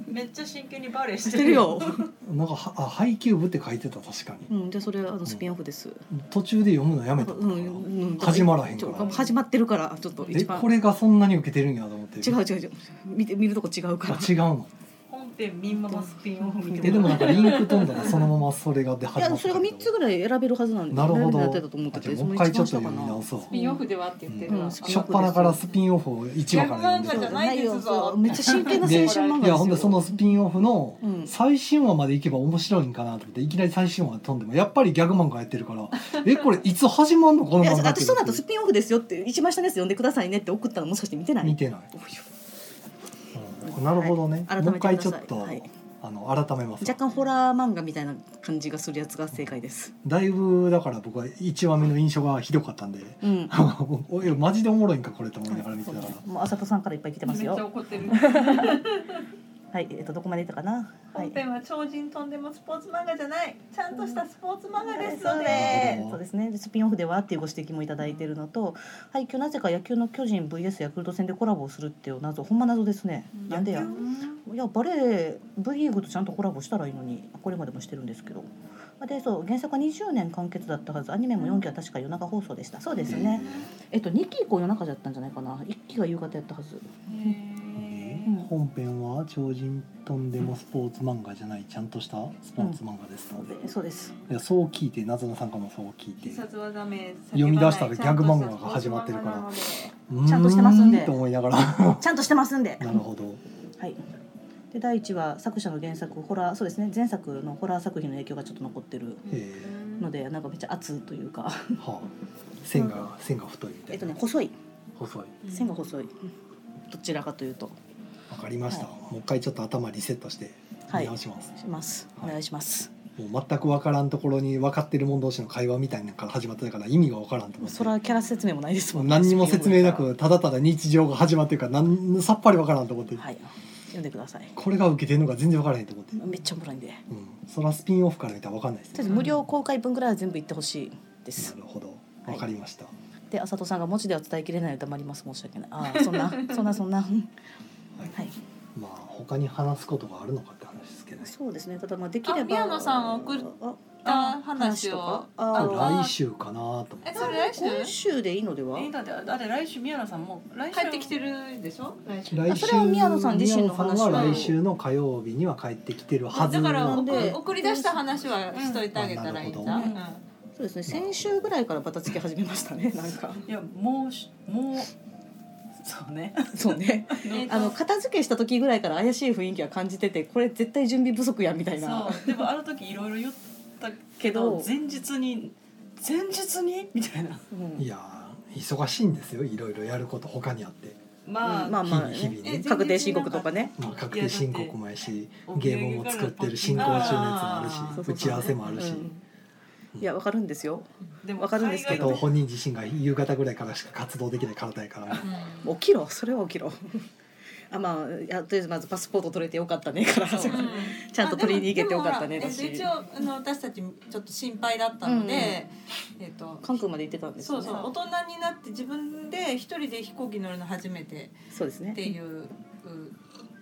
[SPEAKER 5] めっちゃ真剣にバレエし
[SPEAKER 1] しててるよ、
[SPEAKER 3] なんかはあ配給部って書いてた確か
[SPEAKER 1] う
[SPEAKER 3] に
[SPEAKER 1] ん、でそれあのスピンオフです、
[SPEAKER 3] 途中で読むのや
[SPEAKER 1] う
[SPEAKER 3] め
[SPEAKER 1] ん
[SPEAKER 3] た
[SPEAKER 1] うんうん、
[SPEAKER 3] 始まらへん
[SPEAKER 1] ち
[SPEAKER 3] か
[SPEAKER 1] ょ
[SPEAKER 3] ら
[SPEAKER 1] 始まってるからちょっと
[SPEAKER 3] え
[SPEAKER 1] 一番
[SPEAKER 3] これがそんなに受けてるんやと思って
[SPEAKER 1] 違う違う違う見て見るとこ違うから
[SPEAKER 3] あ違うの
[SPEAKER 5] 本編みんままスピンオフ見て
[SPEAKER 3] えでもなんかリンク飛んだらそのままそれがで
[SPEAKER 1] い
[SPEAKER 3] 始ま
[SPEAKER 1] や
[SPEAKER 3] った
[SPEAKER 1] それが3つぐらい選べるはずなんで
[SPEAKER 3] なるほど
[SPEAKER 1] 選べるようになってたと思ってて
[SPEAKER 3] あじゃあもう一回ちょっと
[SPEAKER 1] その一番下
[SPEAKER 3] 読み
[SPEAKER 1] かな
[SPEAKER 3] 直そう
[SPEAKER 2] スピンオフではって言ってる
[SPEAKER 1] う
[SPEAKER 2] わ
[SPEAKER 1] んスピン
[SPEAKER 3] 初っ端からスピンオフを1話から読んで
[SPEAKER 2] ギャグ漫画じゃないですぞ
[SPEAKER 1] そうめっちゃ真剣な青春漫画です
[SPEAKER 3] い
[SPEAKER 1] よ
[SPEAKER 3] やほんでそのスピンオフの
[SPEAKER 1] うん
[SPEAKER 3] 最新話までいけば面白いんかなと思っていきなり最新話飛んでもやっぱりギャグ漫画やってるからえこれいつ始まんのこの
[SPEAKER 1] いや
[SPEAKER 3] 漫画
[SPEAKER 1] 私その後スピンオフですよって一番下のやつ読んでくださいねって送ったのもしかして見てない
[SPEAKER 3] 見てない、うんなるほどね、
[SPEAKER 1] はい
[SPEAKER 3] もう一
[SPEAKER 1] 改め
[SPEAKER 3] 回
[SPEAKER 1] てく
[SPEAKER 3] ちょ
[SPEAKER 1] だ
[SPEAKER 3] っ
[SPEAKER 1] さい
[SPEAKER 3] と、
[SPEAKER 1] はい
[SPEAKER 3] あの改めます
[SPEAKER 1] 若干ホラー漫画みたいな感じがするやつが正解です。
[SPEAKER 3] だいぶだから僕は1話目の印象がひどかったんで
[SPEAKER 1] うん。
[SPEAKER 3] おいマジでおもろいんかこれと思いながら見てたから、
[SPEAKER 1] もう浅田さんからいっぱい来てます
[SPEAKER 2] めっちゃ
[SPEAKER 1] よ。
[SPEAKER 2] 怒ってる
[SPEAKER 1] はい、えっとどこまでいったかな。はい
[SPEAKER 2] 本。編は超人とんでもスポーツ漫画じゃないちゃんとしたスポーツ漫画です
[SPEAKER 1] そう
[SPEAKER 2] の
[SPEAKER 1] で
[SPEAKER 2] です
[SPEAKER 1] そうですね。でスピンオフではっていうご指摘もいただいているのと、はい、今日なぜか野球の巨人 VS ヤクルト戦でコラボをするっていう謎、ほんま謎ですね。なんでや。いやバレエ V リーグとちゃんとコラボしたらいいのにこれまでもしてるんですけどでそう原作は20年完結だったはずアニメも4期は確か夜中放送でしたそうですね、えっと2期以降夜中だったんじゃないかな1期が夕方やったはず
[SPEAKER 3] えー本編は超人とんでもスポーツ漫画じゃないちゃんとしたスポーツ漫画ですので、
[SPEAKER 1] でそうです
[SPEAKER 3] いやそう聞いてなずなさんからもそう聞いて
[SPEAKER 2] 必殺技名
[SPEAKER 3] 読み出したらギャグ漫画が始まってるから
[SPEAKER 1] ちゃんとしてますんで
[SPEAKER 3] うーと思いなが ら
[SPEAKER 1] ちゃんとしてますんで
[SPEAKER 3] なるほど
[SPEAKER 1] はいで第1話作者の原作ホラーそうですね前作のホラー作品の影響がちょっと残ってる
[SPEAKER 3] え
[SPEAKER 1] のでなんかめっちゃ熱というか
[SPEAKER 3] ー、はあ線が線が太いみたい な、
[SPEAKER 1] えっとね細い
[SPEAKER 3] 細い
[SPEAKER 1] 線が細い、どちらかというと
[SPEAKER 3] わかりました、
[SPEAKER 1] は
[SPEAKER 3] もう一回ちょっと頭リセットして
[SPEAKER 1] は
[SPEAKER 3] 見
[SPEAKER 1] い
[SPEAKER 3] 直します、
[SPEAKER 1] しますお
[SPEAKER 3] はい
[SPEAKER 1] 願いします、
[SPEAKER 3] もう全く分からんところに分かってる者同士の会話みたいなのから始まってたから意味が分からんと思って
[SPEAKER 1] それはキャラ説明もないですも
[SPEAKER 3] もうん
[SPEAKER 1] ね
[SPEAKER 3] 何にも説明な
[SPEAKER 1] スピンオフ
[SPEAKER 3] くただただ日常が始まってるからなんさっぱり分からんと思って、
[SPEAKER 1] だからはい読んでください
[SPEAKER 3] これが受けてるのが全然分からへんと思って、
[SPEAKER 1] めっちゃおもろいんでとり
[SPEAKER 3] うん、そらスピンオフから見たら分かんないです
[SPEAKER 1] あえ
[SPEAKER 3] ね
[SPEAKER 1] ず無料公開分ぐらいは全部言ってほしいです
[SPEAKER 3] なるほど
[SPEAKER 1] い
[SPEAKER 3] 分かりました、
[SPEAKER 1] であさとさんが文字では伝えきれないので黙ります申し訳ないああそんなそんなそ んなはい
[SPEAKER 3] まあ他に話すことがあるのかって話ですけどね
[SPEAKER 1] そうですねただまあできれば
[SPEAKER 2] あ宮野さんを送っあ
[SPEAKER 1] 話
[SPEAKER 2] 話を
[SPEAKER 1] とか
[SPEAKER 2] あ
[SPEAKER 1] あ
[SPEAKER 3] 来週かなと思って
[SPEAKER 2] えそれ来週
[SPEAKER 1] 今週でいいのでは
[SPEAKER 5] えだってだって来週宮野さんもう来週
[SPEAKER 2] 帰ってきてるでしょ来週
[SPEAKER 3] 来
[SPEAKER 1] それは宮野さん自身の話を
[SPEAKER 3] 宮野さんは来週の火曜日には帰ってきてるはず
[SPEAKER 2] だ
[SPEAKER 3] な
[SPEAKER 2] から
[SPEAKER 3] んで
[SPEAKER 1] で
[SPEAKER 2] 送り出した話はしといてあげたらいいんじゃん、
[SPEAKER 3] うん
[SPEAKER 2] うん
[SPEAKER 1] そうですね先週ぐらいからバタつき始めました ねなんか
[SPEAKER 5] いやもうしもうそうね
[SPEAKER 1] そうね
[SPEAKER 2] えーと
[SPEAKER 1] あの片付けした時ぐらいから怪しい雰囲気は感じててこれ絶対準備不足やみたいな
[SPEAKER 5] そうでもあの時いろいろ言った
[SPEAKER 1] けど
[SPEAKER 5] 前日に前日にみたいな
[SPEAKER 1] うん
[SPEAKER 3] いやー忙しいんですよいろいろやること他にあって、
[SPEAKER 5] まあ、
[SPEAKER 1] まあまあ、
[SPEAKER 3] 日々
[SPEAKER 1] ね、
[SPEAKER 3] 日々ね
[SPEAKER 2] え
[SPEAKER 1] 確定申告とかね。
[SPEAKER 3] まあ、確定申告もやし
[SPEAKER 5] だって
[SPEAKER 3] ゲームも作ってる進行中のやつもあ
[SPEAKER 1] そ
[SPEAKER 3] る
[SPEAKER 1] う
[SPEAKER 3] し
[SPEAKER 1] そうそう
[SPEAKER 3] 打ち合わせもあ
[SPEAKER 1] う
[SPEAKER 3] るし、
[SPEAKER 1] ん、いやわかるんですよ
[SPEAKER 5] でも
[SPEAKER 1] わかるんですけ
[SPEAKER 3] あ
[SPEAKER 1] ど
[SPEAKER 3] と本人自身が夕方ぐらいからしか活動できない体やから
[SPEAKER 1] 起きろそれは起きろあまあやとりあえずまずパスポート取れてよかったねから
[SPEAKER 5] そう
[SPEAKER 2] うん
[SPEAKER 1] ちゃんと取りに行けてよかったね
[SPEAKER 2] あでも
[SPEAKER 1] だし
[SPEAKER 2] でもほらえっと一応あの私たちちょっと心配だったので、
[SPEAKER 1] うん
[SPEAKER 2] えっと
[SPEAKER 1] 関空まで行ってたんです
[SPEAKER 2] そ
[SPEAKER 1] よ
[SPEAKER 2] う
[SPEAKER 1] ね
[SPEAKER 2] そう大人になって自分で一人で飛行機乗るの初めて
[SPEAKER 1] そうですね
[SPEAKER 2] っていう、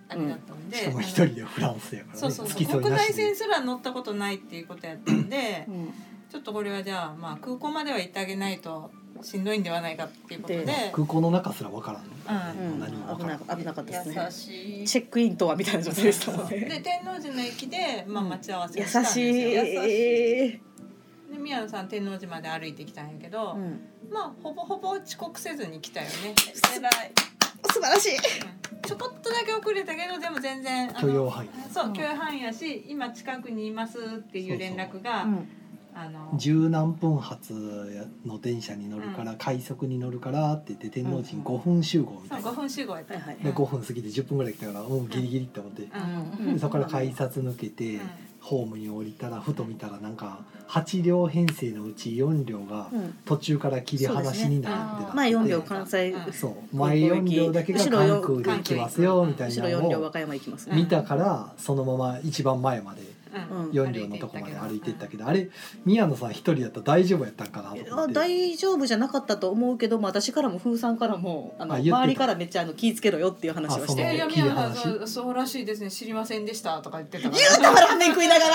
[SPEAKER 2] あれだったので、
[SPEAKER 3] しかも一人でフランスやから
[SPEAKER 2] そ
[SPEAKER 3] ね
[SPEAKER 2] うそう
[SPEAKER 3] 付き
[SPEAKER 2] そ
[SPEAKER 3] 添
[SPEAKER 2] う
[SPEAKER 3] い
[SPEAKER 2] 国
[SPEAKER 3] な
[SPEAKER 2] 内
[SPEAKER 3] しで
[SPEAKER 2] 線すら乗ったことないっていうことやったんで
[SPEAKER 1] うん
[SPEAKER 2] ちょっとこれはじゃあ、まあ、空港までは行ってあげないとしんどいんではないかっていうことで
[SPEAKER 1] で
[SPEAKER 3] 空港の中すらわからん、
[SPEAKER 2] う
[SPEAKER 1] うん、
[SPEAKER 3] 何もわ
[SPEAKER 1] 危
[SPEAKER 3] から
[SPEAKER 1] なんか危なかったですね
[SPEAKER 5] 優しい
[SPEAKER 1] チェックインとはみたいな状態でしたもん
[SPEAKER 2] で
[SPEAKER 1] ね
[SPEAKER 2] 天王寺の駅で、まあ、
[SPEAKER 1] うん
[SPEAKER 2] 待ち合 わせ
[SPEAKER 1] 優
[SPEAKER 2] をしたんで
[SPEAKER 1] し
[SPEAKER 2] すよ、
[SPEAKER 1] い
[SPEAKER 5] 優
[SPEAKER 2] で宮野さん天王寺まで歩いてきたんやけど、
[SPEAKER 1] うん、
[SPEAKER 2] まあほぼほぼ遅刻せずに来たよね
[SPEAKER 5] 偉い
[SPEAKER 1] 素晴らしい
[SPEAKER 2] ちょこっとだけ遅れたけどでも全然あの
[SPEAKER 3] 許容範囲
[SPEAKER 2] そう許容範囲やし今近くにいますっていう連絡が
[SPEAKER 1] うん
[SPEAKER 2] あの
[SPEAKER 3] 十何分発の電車に乗るから、快速に乗るからって言って天王寺に5分集合み
[SPEAKER 2] そ
[SPEAKER 3] た
[SPEAKER 2] う
[SPEAKER 3] い
[SPEAKER 2] 5
[SPEAKER 3] な、
[SPEAKER 2] 分集合やった、
[SPEAKER 1] はいはい
[SPEAKER 3] で5分過ぎて10分ぐらい来たからうんギリギリって思って、
[SPEAKER 2] うん
[SPEAKER 1] うん
[SPEAKER 3] でそこから改札抜けて、ホームに降りたらふと見たらなんか8両編成のうち4両が
[SPEAKER 1] うん、
[SPEAKER 3] 途中から切り離しになるってな
[SPEAKER 1] まあ
[SPEAKER 3] ってて、
[SPEAKER 2] そうですね
[SPEAKER 1] 4両関西、
[SPEAKER 2] うん
[SPEAKER 3] そう前4両だけが関空で行きますよみたい
[SPEAKER 1] 後
[SPEAKER 3] な
[SPEAKER 1] ろ4
[SPEAKER 3] の
[SPEAKER 1] 両和
[SPEAKER 3] を
[SPEAKER 1] 歌山行きますね
[SPEAKER 3] 見たからそのまま一番前まで
[SPEAKER 1] うん
[SPEAKER 3] 4両のとこまで歩いていったけどあれ宮野さん一人やったら大丈夫やったんかなと思
[SPEAKER 1] あ
[SPEAKER 3] って
[SPEAKER 1] 大丈夫じゃなかったと思うけど、まあ、私からも風さんからもあの
[SPEAKER 3] あ言ってた
[SPEAKER 1] 周りからめっちゃあの気ぃつけろよっていう話はし
[SPEAKER 3] あそ
[SPEAKER 1] て
[SPEAKER 3] の
[SPEAKER 2] えいや
[SPEAKER 3] 切り
[SPEAKER 2] 宮
[SPEAKER 3] 離
[SPEAKER 2] 野
[SPEAKER 3] し
[SPEAKER 2] さんそうそうらしいですね知りませんでしたとか言ってたから
[SPEAKER 1] 言うたラーメン食いながら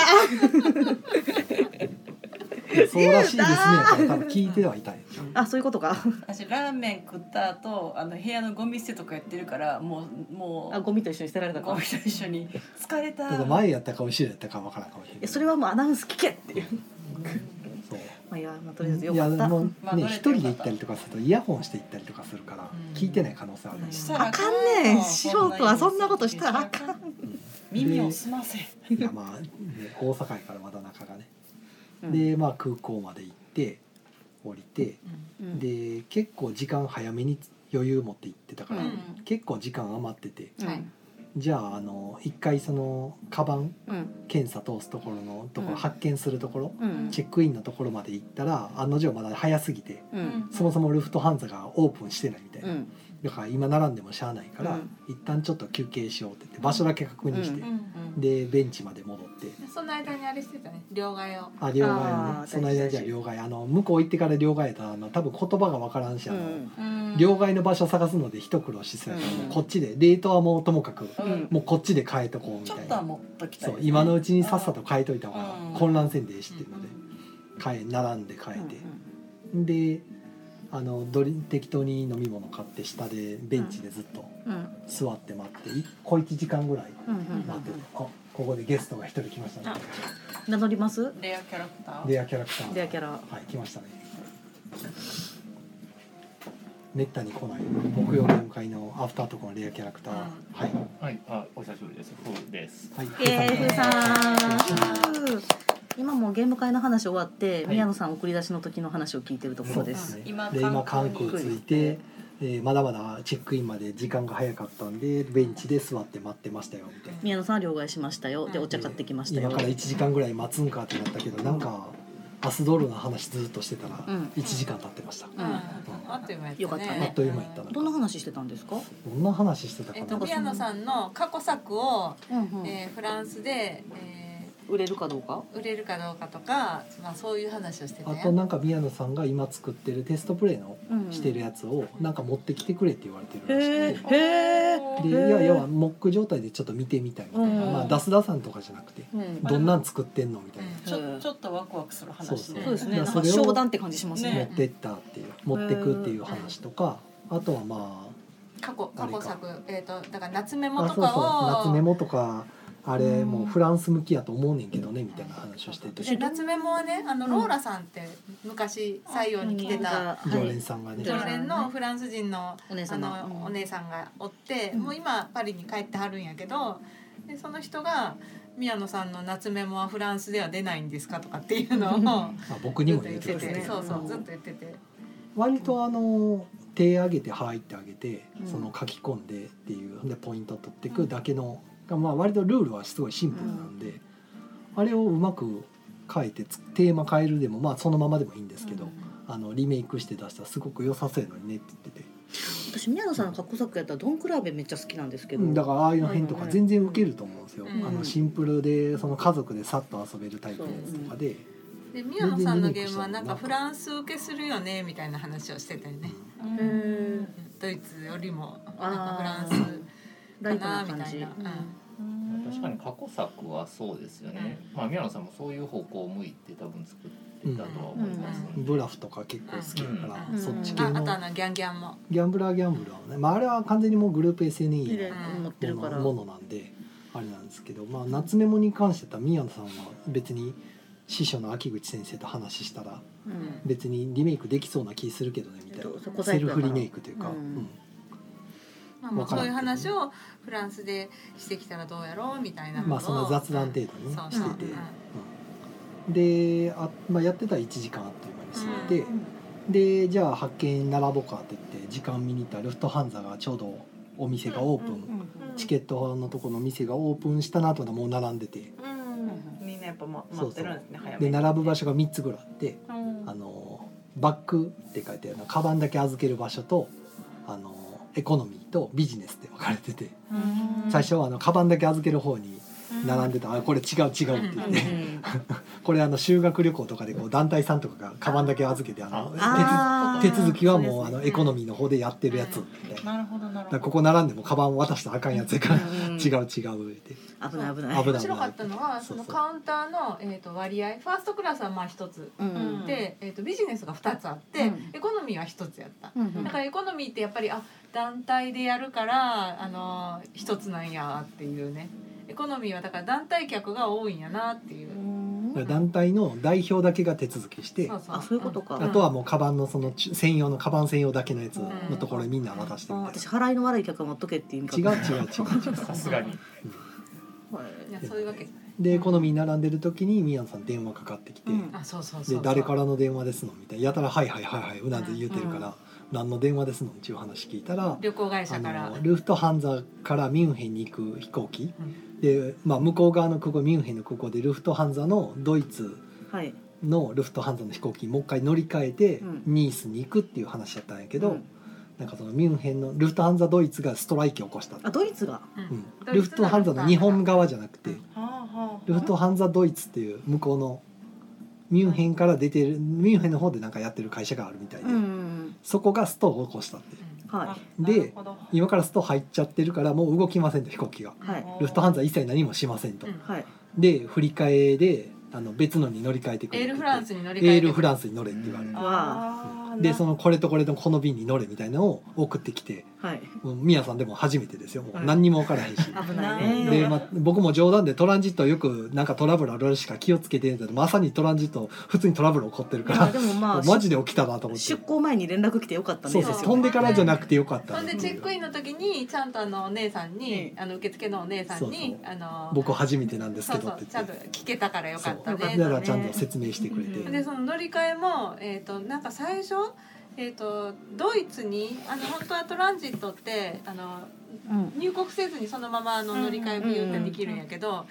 [SPEAKER 3] そうらしいですねやから多分聞いてはいたんやけど
[SPEAKER 1] あそういうことか
[SPEAKER 5] 私ラーメン食った後あの部屋のゴミ捨てとかやってるからもうも
[SPEAKER 1] あゴミと一緒に捨てられた
[SPEAKER 5] う
[SPEAKER 1] か
[SPEAKER 5] ゴ
[SPEAKER 1] ら
[SPEAKER 5] ミ
[SPEAKER 1] い
[SPEAKER 5] と一緒に疲れた
[SPEAKER 3] ただ前やったか後ろやったかわからんかもしれない
[SPEAKER 1] やそれはもうアナウンス聞けっていう、
[SPEAKER 3] そう
[SPEAKER 1] まあ、いや、まあ、とりあえずよ
[SPEAKER 3] い
[SPEAKER 1] か
[SPEAKER 3] や
[SPEAKER 1] った
[SPEAKER 3] もう
[SPEAKER 5] まあ
[SPEAKER 3] ね
[SPEAKER 5] 慣れ
[SPEAKER 3] 一
[SPEAKER 5] て
[SPEAKER 3] 人
[SPEAKER 5] よか
[SPEAKER 3] で行っ
[SPEAKER 5] った
[SPEAKER 3] たりとかするとイヤホンして行ったりとかするから
[SPEAKER 2] うん
[SPEAKER 3] 聞いてない可能性ある
[SPEAKER 5] したら
[SPEAKER 1] あかんねん素人はそんなことしたらあかん
[SPEAKER 5] 耳を澄ませ
[SPEAKER 3] いやまあ、ね、大阪やからまだ中がね、
[SPEAKER 1] うん
[SPEAKER 3] でまあ空港まで行って降りて、
[SPEAKER 1] うん
[SPEAKER 3] で結構時間早めに余裕持って行ってたから、
[SPEAKER 1] うん
[SPEAKER 3] 結構時間余ってて
[SPEAKER 1] うん
[SPEAKER 2] はい
[SPEAKER 3] じゃああの一回そのカバン
[SPEAKER 1] うん
[SPEAKER 3] 検査通すところのところ、
[SPEAKER 1] うん
[SPEAKER 3] 発見するところ、
[SPEAKER 1] うん
[SPEAKER 3] チェックインのところまで行ったら案の定まだ早すぎて
[SPEAKER 1] うん
[SPEAKER 3] そもそもルフトハンザがオープンしてないみたいな、
[SPEAKER 1] うん
[SPEAKER 3] だから今並んでもしゃあないか
[SPEAKER 1] う
[SPEAKER 3] ら、
[SPEAKER 1] ん
[SPEAKER 3] 一旦ちょっと休憩しようって言って場所だけ確認して、
[SPEAKER 2] うん
[SPEAKER 3] でベンチまで戻って。
[SPEAKER 2] その間にあれしてたね両替を
[SPEAKER 3] あ両替
[SPEAKER 1] あ
[SPEAKER 3] ね
[SPEAKER 1] ー
[SPEAKER 3] その間じゃあ両替あの向こう行ってから両替やったらあの多分言葉が分からんしあ
[SPEAKER 1] う
[SPEAKER 3] の、
[SPEAKER 1] ん
[SPEAKER 3] 両替の場所探すので一苦労しそうやから、
[SPEAKER 1] うん
[SPEAKER 3] もうこっちで冷凍はもうともかく、
[SPEAKER 1] うん
[SPEAKER 3] もうこっちで変えとこうみ
[SPEAKER 5] ちょ
[SPEAKER 3] た
[SPEAKER 5] っ
[SPEAKER 3] い
[SPEAKER 5] とは
[SPEAKER 3] な、
[SPEAKER 5] 持っときたい
[SPEAKER 3] そう
[SPEAKER 5] ですね
[SPEAKER 3] 今のうちにさっさと変えといた方
[SPEAKER 5] うん
[SPEAKER 3] が混乱せんでええしっていうので、変え並んで変えて、であのドリ適当に飲み物買って下でベンチでずっと
[SPEAKER 1] うん
[SPEAKER 3] 座って待ってい小1時間ぐらい
[SPEAKER 1] うんうんうん
[SPEAKER 3] 待ってて、あここでゲストが一人来ましたね
[SPEAKER 1] 名乗ります
[SPEAKER 5] レアキャラクター
[SPEAKER 3] レアキャラクター
[SPEAKER 1] レアキャラ
[SPEAKER 3] はい、来ましたね。めったに来ない木曜日の会のアフタートークのレアキャラクター。
[SPEAKER 2] うん
[SPEAKER 3] はい。
[SPEAKER 6] はい、あ、お久しぶりです。フーです。
[SPEAKER 3] はい。
[SPEAKER 1] イエーイふうさん
[SPEAKER 3] ん
[SPEAKER 1] 今もうゲーム会の話終わって、
[SPEAKER 6] はい
[SPEAKER 1] 宮野さん送り出しの時の話を聞いてるところです。
[SPEAKER 3] ね
[SPEAKER 5] 今
[SPEAKER 3] で、今韓
[SPEAKER 5] 韓国
[SPEAKER 3] 国
[SPEAKER 5] に
[SPEAKER 3] 着いて、えーまだまだチェックインまで時間が早かったんで、ベンチで座って待ってましたよみたいな。
[SPEAKER 1] 宮野さんは両替しましたよ。で
[SPEAKER 2] うん
[SPEAKER 1] お茶買ってきました
[SPEAKER 3] 今
[SPEAKER 1] よ。
[SPEAKER 3] から1時間ぐらい待つんかってなったけど、なんかアスドールの話ずっとしてたら
[SPEAKER 1] うん
[SPEAKER 3] 1時間経ってました。
[SPEAKER 1] うん
[SPEAKER 2] あっという間やったね
[SPEAKER 1] よかったねあっ
[SPEAKER 3] という間やったな
[SPEAKER 1] どんな話してたんですか？
[SPEAKER 3] どんな話してた
[SPEAKER 2] えっ
[SPEAKER 3] か
[SPEAKER 2] と
[SPEAKER 3] な。
[SPEAKER 2] 宮野さんの過去作を、
[SPEAKER 1] うんうん
[SPEAKER 2] えーフランスで、え
[SPEAKER 1] 売れるかどうか。
[SPEAKER 2] ー売れるかどうかとか、まあ、そういう話をしてた
[SPEAKER 3] あ
[SPEAKER 2] よ
[SPEAKER 3] となんか宮野さんが今作ってるテストプレイの
[SPEAKER 1] うん
[SPEAKER 3] してるやつをなんか持ってきてくれって言われてるら
[SPEAKER 1] へ
[SPEAKER 3] しく
[SPEAKER 1] えへえ。へー
[SPEAKER 3] て、でいや要はモック状態でちょっと見てみたいみたいな、
[SPEAKER 1] うん
[SPEAKER 3] まあ、ダスダさんとかじゃなくて
[SPEAKER 1] うん。
[SPEAKER 3] どんなん作ってんのみたいな、
[SPEAKER 5] ちょちょっとワクワクする
[SPEAKER 3] そう
[SPEAKER 5] 話
[SPEAKER 3] そう
[SPEAKER 5] で
[SPEAKER 1] そうですね。
[SPEAKER 3] いや
[SPEAKER 1] なんか
[SPEAKER 3] それを
[SPEAKER 1] 商談って感じします
[SPEAKER 5] ね
[SPEAKER 3] 持っ
[SPEAKER 1] ね。
[SPEAKER 3] てったっていう持ってくっていう話とかあとはま
[SPEAKER 2] 過去過去作えっ、とだから夏メ
[SPEAKER 3] あ
[SPEAKER 2] モ
[SPEAKER 3] あ
[SPEAKER 2] と
[SPEAKER 3] そう
[SPEAKER 2] か
[SPEAKER 3] そう夏
[SPEAKER 2] を
[SPEAKER 3] メモとかあれ
[SPEAKER 1] うん
[SPEAKER 3] もうフランス向きやと思うねんけどねみたいな話をしてて
[SPEAKER 2] で夏メモはねあの
[SPEAKER 1] うん
[SPEAKER 2] ローラさんって昔採用に来てた
[SPEAKER 1] なんか
[SPEAKER 3] 常
[SPEAKER 1] は
[SPEAKER 3] 連
[SPEAKER 1] い。
[SPEAKER 3] さんがね
[SPEAKER 2] 常連のフランス人の
[SPEAKER 1] お姉
[SPEAKER 2] あ
[SPEAKER 1] 様。
[SPEAKER 2] のお
[SPEAKER 1] うん
[SPEAKER 2] 姉さんがおって、
[SPEAKER 1] うん
[SPEAKER 2] もう今パリに帰ってはるんやけどでその人が宮野さんの夏メモはフランスでは出ないんですかとかっていうのを
[SPEAKER 3] あ僕に
[SPEAKER 2] ずっ
[SPEAKER 3] も
[SPEAKER 2] と
[SPEAKER 3] 言
[SPEAKER 2] 言
[SPEAKER 3] っ
[SPEAKER 2] ってて
[SPEAKER 3] くれ
[SPEAKER 2] て
[SPEAKER 3] て
[SPEAKER 2] そうそうずっと言ってて
[SPEAKER 3] 割とあの手上げて入ってあげて
[SPEAKER 5] うん
[SPEAKER 3] その書き込んでっていうでポイント取っていくだけの、がまあ割とルールはすごいシンプルなんで、あれをうまく書いてつテーマ変えるでもまあそのままでもいいんですけど、あのリメイクして出したらすごく良さそうやのにねって言ってて、
[SPEAKER 1] 私宮野さんの過去作やったらドンクラーベめっちゃ好きなんですけど、
[SPEAKER 3] うんだからああいう辺とか全然ウケると思うんですよ、
[SPEAKER 2] うん
[SPEAKER 3] あのシンプルでその家族でさっと遊べるタイプのやつとかで、
[SPEAKER 2] で宮野さんのゲームはなんかフランス受けするよねみたいな話をしてたよね
[SPEAKER 1] へー
[SPEAKER 2] ドイツよりもなんかフラ
[SPEAKER 1] あ
[SPEAKER 2] ン
[SPEAKER 1] ー
[SPEAKER 2] ス
[SPEAKER 1] ラ
[SPEAKER 2] か
[SPEAKER 1] イトな
[SPEAKER 2] なみ
[SPEAKER 1] 感
[SPEAKER 2] たい
[SPEAKER 1] じ
[SPEAKER 2] な。
[SPEAKER 6] 確かに過去作はそうですよね、まあ宮野さんもそういう方向を向いて多分作ってたとは思いますので、
[SPEAKER 3] ブラフとか結構好きだから、
[SPEAKER 1] うん
[SPEAKER 3] そっち
[SPEAKER 2] う
[SPEAKER 3] 系
[SPEAKER 2] んああ
[SPEAKER 3] の
[SPEAKER 2] とあのギャンギャンも
[SPEAKER 3] ギャンブラーギャンブラーはね、まあ、あれは完全にもうグループ SNE
[SPEAKER 1] 綺
[SPEAKER 3] の
[SPEAKER 1] 麗に持ってるから、
[SPEAKER 3] ものなんであれなんですけど、まあ、夏メモに関しては宮野さんは別に師匠の秋口先生と話したら
[SPEAKER 1] うん
[SPEAKER 3] 別にリメイクできそうな気するけどねみた
[SPEAKER 1] え
[SPEAKER 3] い
[SPEAKER 1] っとそ
[SPEAKER 3] な
[SPEAKER 1] こ
[SPEAKER 3] セ
[SPEAKER 1] 在庫や
[SPEAKER 3] ル
[SPEAKER 1] か
[SPEAKER 3] フ
[SPEAKER 1] ら
[SPEAKER 3] リメイクというか、
[SPEAKER 1] うん
[SPEAKER 2] まあ、まあ
[SPEAKER 3] わか
[SPEAKER 2] そ
[SPEAKER 3] らん
[SPEAKER 2] ういう話をフランスでしてきたらどうやろうみたいな
[SPEAKER 3] うんまあそんな雑談程度
[SPEAKER 2] う
[SPEAKER 3] に
[SPEAKER 2] ん
[SPEAKER 3] ね
[SPEAKER 2] そう
[SPEAKER 3] し
[SPEAKER 2] そう
[SPEAKER 3] てて、うんであ、まあ、やってたら1時間あっという間に過ぎて、でじゃあ発見並ぼうかって言って時間見に行ったらルフトハンザがちょうどお店がオープン、
[SPEAKER 2] うん
[SPEAKER 3] チケットのとこの店がオープンしたなともう並んでて。
[SPEAKER 2] うん
[SPEAKER 4] みんなやっぱま
[SPEAKER 3] そ
[SPEAKER 4] 待
[SPEAKER 3] う
[SPEAKER 4] っ
[SPEAKER 3] そ
[SPEAKER 4] て
[SPEAKER 3] う
[SPEAKER 4] るんですね早め
[SPEAKER 3] で
[SPEAKER 4] に。
[SPEAKER 3] 並ぶ場所が3つぐらいあって、
[SPEAKER 4] うん
[SPEAKER 3] あのバッグって書いてあるのカバンだけ預ける場所とあのエコノミーとビジネスって分かれてて、最初はあのカバンだけ預ける方に並んでた、あこれ違う違うって言って、
[SPEAKER 2] うん
[SPEAKER 3] これあの修学旅行とかでこう団体さんとかがカバンだけ預けてあの
[SPEAKER 1] あー
[SPEAKER 3] 手つ手続きはも
[SPEAKER 1] そう
[SPEAKER 3] うあ
[SPEAKER 1] ですね
[SPEAKER 3] のエコノミーの方でやってるやつみたいな。
[SPEAKER 5] なるほど
[SPEAKER 3] だ
[SPEAKER 5] なるほ
[SPEAKER 3] か
[SPEAKER 5] ど
[SPEAKER 3] らここ並んでもカバン渡したらあかんやつやから、
[SPEAKER 1] うん
[SPEAKER 3] 違う違うって
[SPEAKER 1] 危ない危ない
[SPEAKER 3] 危ない
[SPEAKER 2] 面白かったのはそのカウンターの、えー、と割合ファーストクラスはまあ一つ、
[SPEAKER 1] うん
[SPEAKER 5] うん
[SPEAKER 2] で、えー、とビジネスが二つあって、
[SPEAKER 1] うん
[SPEAKER 2] エコノミーは一つやった、
[SPEAKER 1] うんうん
[SPEAKER 2] だからエコノミーってやっぱりあ団体でやるからあの一つなんやっていうねエコノミーはだから団体客が多いんやなっていう、
[SPEAKER 3] だから団体の代表だけが手続きして、
[SPEAKER 2] そうそう
[SPEAKER 1] あそういうことか
[SPEAKER 3] あとはもうカバンのそのち専用のカバン専用だけのやつのところにみんな渡して
[SPEAKER 1] あ
[SPEAKER 3] みた
[SPEAKER 1] 私払いの悪い客は持っとけっていう意
[SPEAKER 3] い
[SPEAKER 1] 味
[SPEAKER 3] な
[SPEAKER 1] か
[SPEAKER 3] 違う違う違う違う
[SPEAKER 6] さすがに
[SPEAKER 2] いやそういうわけじゃない
[SPEAKER 3] でエコノミー並んでる時に宮野さん電話かかってきて、
[SPEAKER 1] うん
[SPEAKER 2] あそうそうそ
[SPEAKER 3] で
[SPEAKER 2] うそう
[SPEAKER 3] 誰からの電話ですのみたいなやたら「はいはいはいはいうなず言うてるから、
[SPEAKER 1] うん
[SPEAKER 3] 何の電話ですのっていう話聞いたら。
[SPEAKER 2] 旅行会
[SPEAKER 3] あ
[SPEAKER 2] 社から
[SPEAKER 3] のルフトハンザからミュンヘンに行く飛行機、
[SPEAKER 2] う
[SPEAKER 3] で、まあ、向こう側の空港ミュンヘンの空港でルフトハンザのドイツ
[SPEAKER 1] はい
[SPEAKER 3] のルフトハンザの飛行機にもう一回乗り換えて
[SPEAKER 1] うん
[SPEAKER 3] ニースに行くっていう話だったんやけど、
[SPEAKER 1] うん
[SPEAKER 3] なんかそのミュンヘンのルフトハンザドイツがストライキを起こしたって
[SPEAKER 1] あドイツが
[SPEAKER 2] うん
[SPEAKER 3] うん
[SPEAKER 2] ドイツなら
[SPEAKER 3] ルフトハンザの日本側じゃなくてルフトハンザドイツっていう向こうのミュンヘンから出てるミュンヘンの方でなんかやってる会社があるみたいで、
[SPEAKER 1] うん
[SPEAKER 3] そこがストを起こしたっていう
[SPEAKER 1] は
[SPEAKER 3] で今からスト入っちゃってるからもう動きませんと飛行機が
[SPEAKER 1] いはい
[SPEAKER 3] ルフトハンザ一切何もしませんと、
[SPEAKER 2] うん
[SPEAKER 1] はい
[SPEAKER 3] で振り替えであの別のに乗り換えてくれ
[SPEAKER 2] エ
[SPEAKER 3] って
[SPEAKER 2] ー
[SPEAKER 3] 言っ
[SPEAKER 2] ルフ
[SPEAKER 3] て
[SPEAKER 2] ランスに乗り換え
[SPEAKER 3] エ
[SPEAKER 2] て
[SPEAKER 3] ールフランスに乗れって言われて、
[SPEAKER 1] わ
[SPEAKER 3] でそのこれとこれとこの便に乗れみたいなのを送ってきて
[SPEAKER 1] あはい
[SPEAKER 3] もうミヤさんでも初めてですよもう
[SPEAKER 1] はい
[SPEAKER 3] 何にも分からへんし。
[SPEAKER 1] 危ない
[SPEAKER 4] うん
[SPEAKER 3] で
[SPEAKER 1] ね
[SPEAKER 3] まあ、僕も冗談でトランジットよくなんかトラブルあるらしいから気をつけてんだけどまさにトランジット普通にトラブル起こってるか
[SPEAKER 1] まあ
[SPEAKER 3] ら
[SPEAKER 1] でもまあ
[SPEAKER 3] マジで起きたなと思って
[SPEAKER 1] 出航前に連絡来てよかったね
[SPEAKER 3] そうそう
[SPEAKER 2] ですよ
[SPEAKER 3] 飛んでからじゃなくてよかった
[SPEAKER 2] そん
[SPEAKER 3] ね
[SPEAKER 2] でチェックインの時にちゃんとあのお姉さんに、あの受付のお姉さんに
[SPEAKER 3] そう
[SPEAKER 2] あの
[SPEAKER 3] 僕初めてなんです
[SPEAKER 2] そ
[SPEAKER 3] け
[SPEAKER 2] う
[SPEAKER 3] ど
[SPEAKER 2] そ
[SPEAKER 3] っ
[SPEAKER 2] う
[SPEAKER 3] て
[SPEAKER 2] ちゃ
[SPEAKER 3] 言
[SPEAKER 2] ん
[SPEAKER 3] っ
[SPEAKER 2] と
[SPEAKER 3] て
[SPEAKER 2] 聞けたからよかった
[SPEAKER 3] そう
[SPEAKER 2] ね
[SPEAKER 3] だからちゃんと説明してくれて、
[SPEAKER 2] でその乗り換えも、えー、となんか最初、えー、とドイツにあの本当はトランジットってあの
[SPEAKER 1] うん
[SPEAKER 2] 入国せずにそのままあの乗り換えビューってできるんやけど、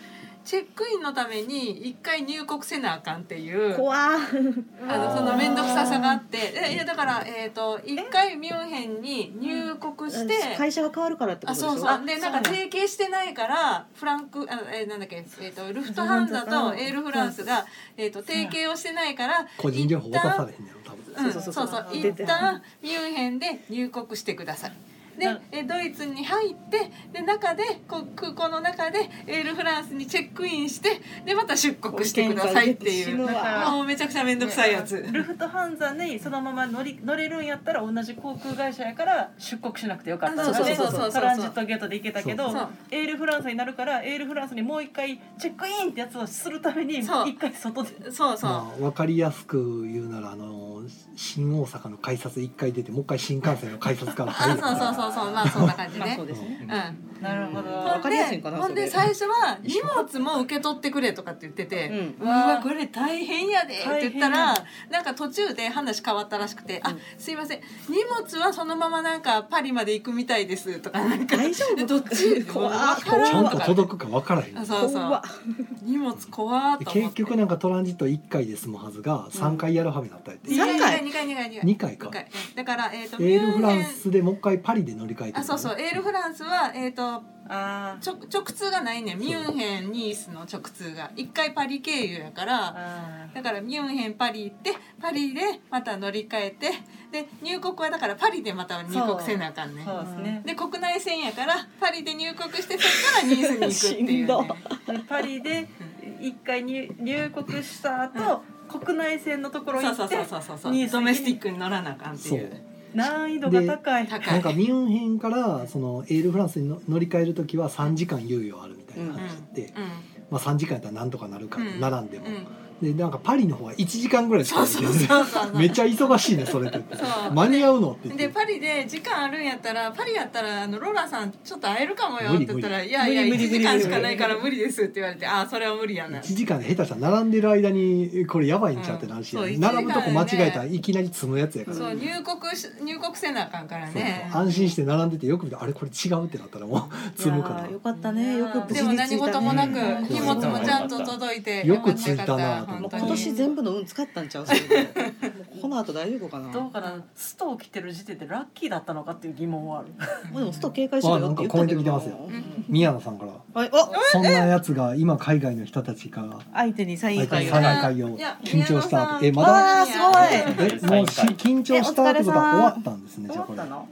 [SPEAKER 2] チェックインのために一回入国せなあかんっていう
[SPEAKER 1] 怖ー
[SPEAKER 2] あのその面倒くささがあってでいやだから、えー、と一回ミュンヘンに入国して。
[SPEAKER 1] 会社が変わるからってこ
[SPEAKER 2] あ
[SPEAKER 1] とでし
[SPEAKER 2] そ
[SPEAKER 1] ょ
[SPEAKER 2] うそうでなんか提携してないからフランクあえーなんだっけ、えー、とルフトハンザとエールフランスが、えー、と提携をしてないから
[SPEAKER 3] 個人情報渡されへんねやろ多分
[SPEAKER 2] うん
[SPEAKER 1] そ
[SPEAKER 2] そう
[SPEAKER 1] そ
[SPEAKER 2] うそう
[SPEAKER 1] そ
[SPEAKER 2] うそうう
[SPEAKER 1] 出
[SPEAKER 2] 一
[SPEAKER 1] て
[SPEAKER 2] 旦ミュンヘンで入国してくださいで
[SPEAKER 5] な
[SPEAKER 2] えドイツに入ってで中でこ空港の中でエールフランスにチェックインしてでまた出国してくださいってい
[SPEAKER 1] 死ぬ
[SPEAKER 2] う
[SPEAKER 1] わ
[SPEAKER 5] から
[SPEAKER 2] もうめちゃくちゃ面倒くさいやつ。
[SPEAKER 5] ルフトハンザにそのまま乗り乗れるんやったら同じ航空会社やから出国しなくてよかったの
[SPEAKER 2] そう
[SPEAKER 1] そう
[SPEAKER 5] で
[SPEAKER 1] そうそう
[SPEAKER 2] そう
[SPEAKER 5] トランジットゲートで行けたけど
[SPEAKER 2] そう
[SPEAKER 5] エールフランスになるからエールフランスにもう一回チェックインってやつをするために
[SPEAKER 2] そう
[SPEAKER 5] 一回外で
[SPEAKER 2] そうそう、
[SPEAKER 3] まあ、分かりやすく言うならあの新大阪の改札一回出てもう一回新幹線の改札から
[SPEAKER 2] あ
[SPEAKER 3] 入る
[SPEAKER 2] そうそうそうそうまあそんな感じ
[SPEAKER 5] まあ
[SPEAKER 2] ね
[SPEAKER 5] そうですね
[SPEAKER 2] うん
[SPEAKER 5] なるほど
[SPEAKER 1] あわ
[SPEAKER 2] ほん
[SPEAKER 1] かりやすい
[SPEAKER 2] で
[SPEAKER 1] かな
[SPEAKER 2] ほんで
[SPEAKER 1] それ
[SPEAKER 2] 最初は荷物も受け取ってくれとかって言ってて、
[SPEAKER 1] うん
[SPEAKER 2] うわこれ大変やでって言った
[SPEAKER 5] 大
[SPEAKER 2] らなんか途中で話変わったらしくて「あすいません荷物はそのままなんかパリまで行くみたいです」とかなんか
[SPEAKER 1] 大丈夫
[SPEAKER 2] えどっち
[SPEAKER 1] 怖っ
[SPEAKER 2] わか
[SPEAKER 1] これ
[SPEAKER 2] ら
[SPEAKER 3] ちゃ
[SPEAKER 2] ん
[SPEAKER 3] ん
[SPEAKER 2] わ
[SPEAKER 3] と
[SPEAKER 2] かる
[SPEAKER 3] 届くか分からへん
[SPEAKER 2] あ
[SPEAKER 3] で
[SPEAKER 2] そうそう
[SPEAKER 1] 怖っ
[SPEAKER 2] 荷物怖っと思
[SPEAKER 3] 結
[SPEAKER 2] って
[SPEAKER 3] 局なんかトランジット1回で済むはずが3回やるはめになったりって、
[SPEAKER 1] うん三
[SPEAKER 2] 二
[SPEAKER 1] 回
[SPEAKER 2] 二回二回二回
[SPEAKER 3] 2回
[SPEAKER 2] 二
[SPEAKER 3] か
[SPEAKER 2] 回だからえっ、と
[SPEAKER 3] エールフランスでもう一回パリで乗り換えて
[SPEAKER 2] あそうそうエールフランスは、えー、と
[SPEAKER 5] あー
[SPEAKER 2] ちょ直通がないねんミュンヘンニースの直通が一回パリ経由やから
[SPEAKER 5] あ
[SPEAKER 2] だからミュンヘンパリ行ってパリでまた乗り換えてで入国はだからパリでまた入国せなあかんね
[SPEAKER 5] ー
[SPEAKER 2] ん
[SPEAKER 5] そうですね
[SPEAKER 2] で国内線やからパリで入国してそっからニースに行くって
[SPEAKER 1] し
[SPEAKER 2] いう、ね、
[SPEAKER 1] んど
[SPEAKER 5] でパリで一回入入国した後国内線のところ
[SPEAKER 2] そ
[SPEAKER 5] 行
[SPEAKER 2] うそう
[SPEAKER 5] って
[SPEAKER 2] そうそうそうそう
[SPEAKER 5] ニース
[SPEAKER 2] ドメスティックに乗らなあかんって
[SPEAKER 3] そ
[SPEAKER 2] いうう
[SPEAKER 5] 難易度が高い
[SPEAKER 2] 高
[SPEAKER 3] ないんかミュンヘンからそのエールフランスにの乗り換える時は3時間猶予あるみたいな話で、
[SPEAKER 2] う
[SPEAKER 3] まあ、3時間やったらなんとかなるか、
[SPEAKER 2] うん
[SPEAKER 3] 並んでも
[SPEAKER 2] ん、うん、
[SPEAKER 3] でなんかパリの方は1時間ぐらいしか
[SPEAKER 2] そう
[SPEAKER 3] ない
[SPEAKER 2] そうそうそう
[SPEAKER 3] めっちゃ忙しいねそれ って
[SPEAKER 2] そう
[SPEAKER 3] 間に合うのって言って
[SPEAKER 2] でパリで時間あるんやったらパリやったらあのローラさんちょっと会えるかもよって言ったら「いやいや
[SPEAKER 1] 無理
[SPEAKER 2] 1
[SPEAKER 1] 無
[SPEAKER 2] 時
[SPEAKER 1] 理
[SPEAKER 2] 間しかないから無理です」って言われて「あーそれは無理やな」
[SPEAKER 3] 1時間で下手したら並んでる間にこれやばいんちゃうってなるし、
[SPEAKER 2] うんそう
[SPEAKER 3] 並ぶとこ間違えたら
[SPEAKER 2] 一時間
[SPEAKER 3] いきなり積むやつやから、
[SPEAKER 2] そう入国し入国せなあかんからね
[SPEAKER 3] 安心して並んでてよく見てあれこれ違うってなったらもう積むから
[SPEAKER 1] いやーよかったねよく無事に着い
[SPEAKER 2] で
[SPEAKER 1] たね
[SPEAKER 2] も何事もなく
[SPEAKER 1] うん
[SPEAKER 2] 荷物もちゃんと届いて
[SPEAKER 3] よく着いたなと思
[SPEAKER 2] 本
[SPEAKER 3] って
[SPEAKER 2] 当
[SPEAKER 1] 今
[SPEAKER 2] に
[SPEAKER 1] 年全部の運使ったんちゃうそれでもうこの後大丈夫かな
[SPEAKER 5] どう
[SPEAKER 1] ま
[SPEAKER 5] かなストを着てる時点でラッキーだったのかっていう疑問はある
[SPEAKER 1] あでもスト警戒しろよって言ったけど
[SPEAKER 3] あなんかコメント来てますよ
[SPEAKER 1] うん
[SPEAKER 3] 宮野さんから
[SPEAKER 1] はいお
[SPEAKER 3] 「そんなやつが今海外の人たちから
[SPEAKER 1] 相手にサイン会
[SPEAKER 3] 海
[SPEAKER 1] を
[SPEAKER 3] 外海洋
[SPEAKER 2] いや
[SPEAKER 3] 緊張した」って「え
[SPEAKER 2] 宮
[SPEAKER 3] ま
[SPEAKER 2] 野
[SPEAKER 3] だ?
[SPEAKER 1] わあすごい
[SPEAKER 3] え」もうし緊張したってことは終わったんですねじゃあこ
[SPEAKER 1] 思った。
[SPEAKER 3] れ
[SPEAKER 1] の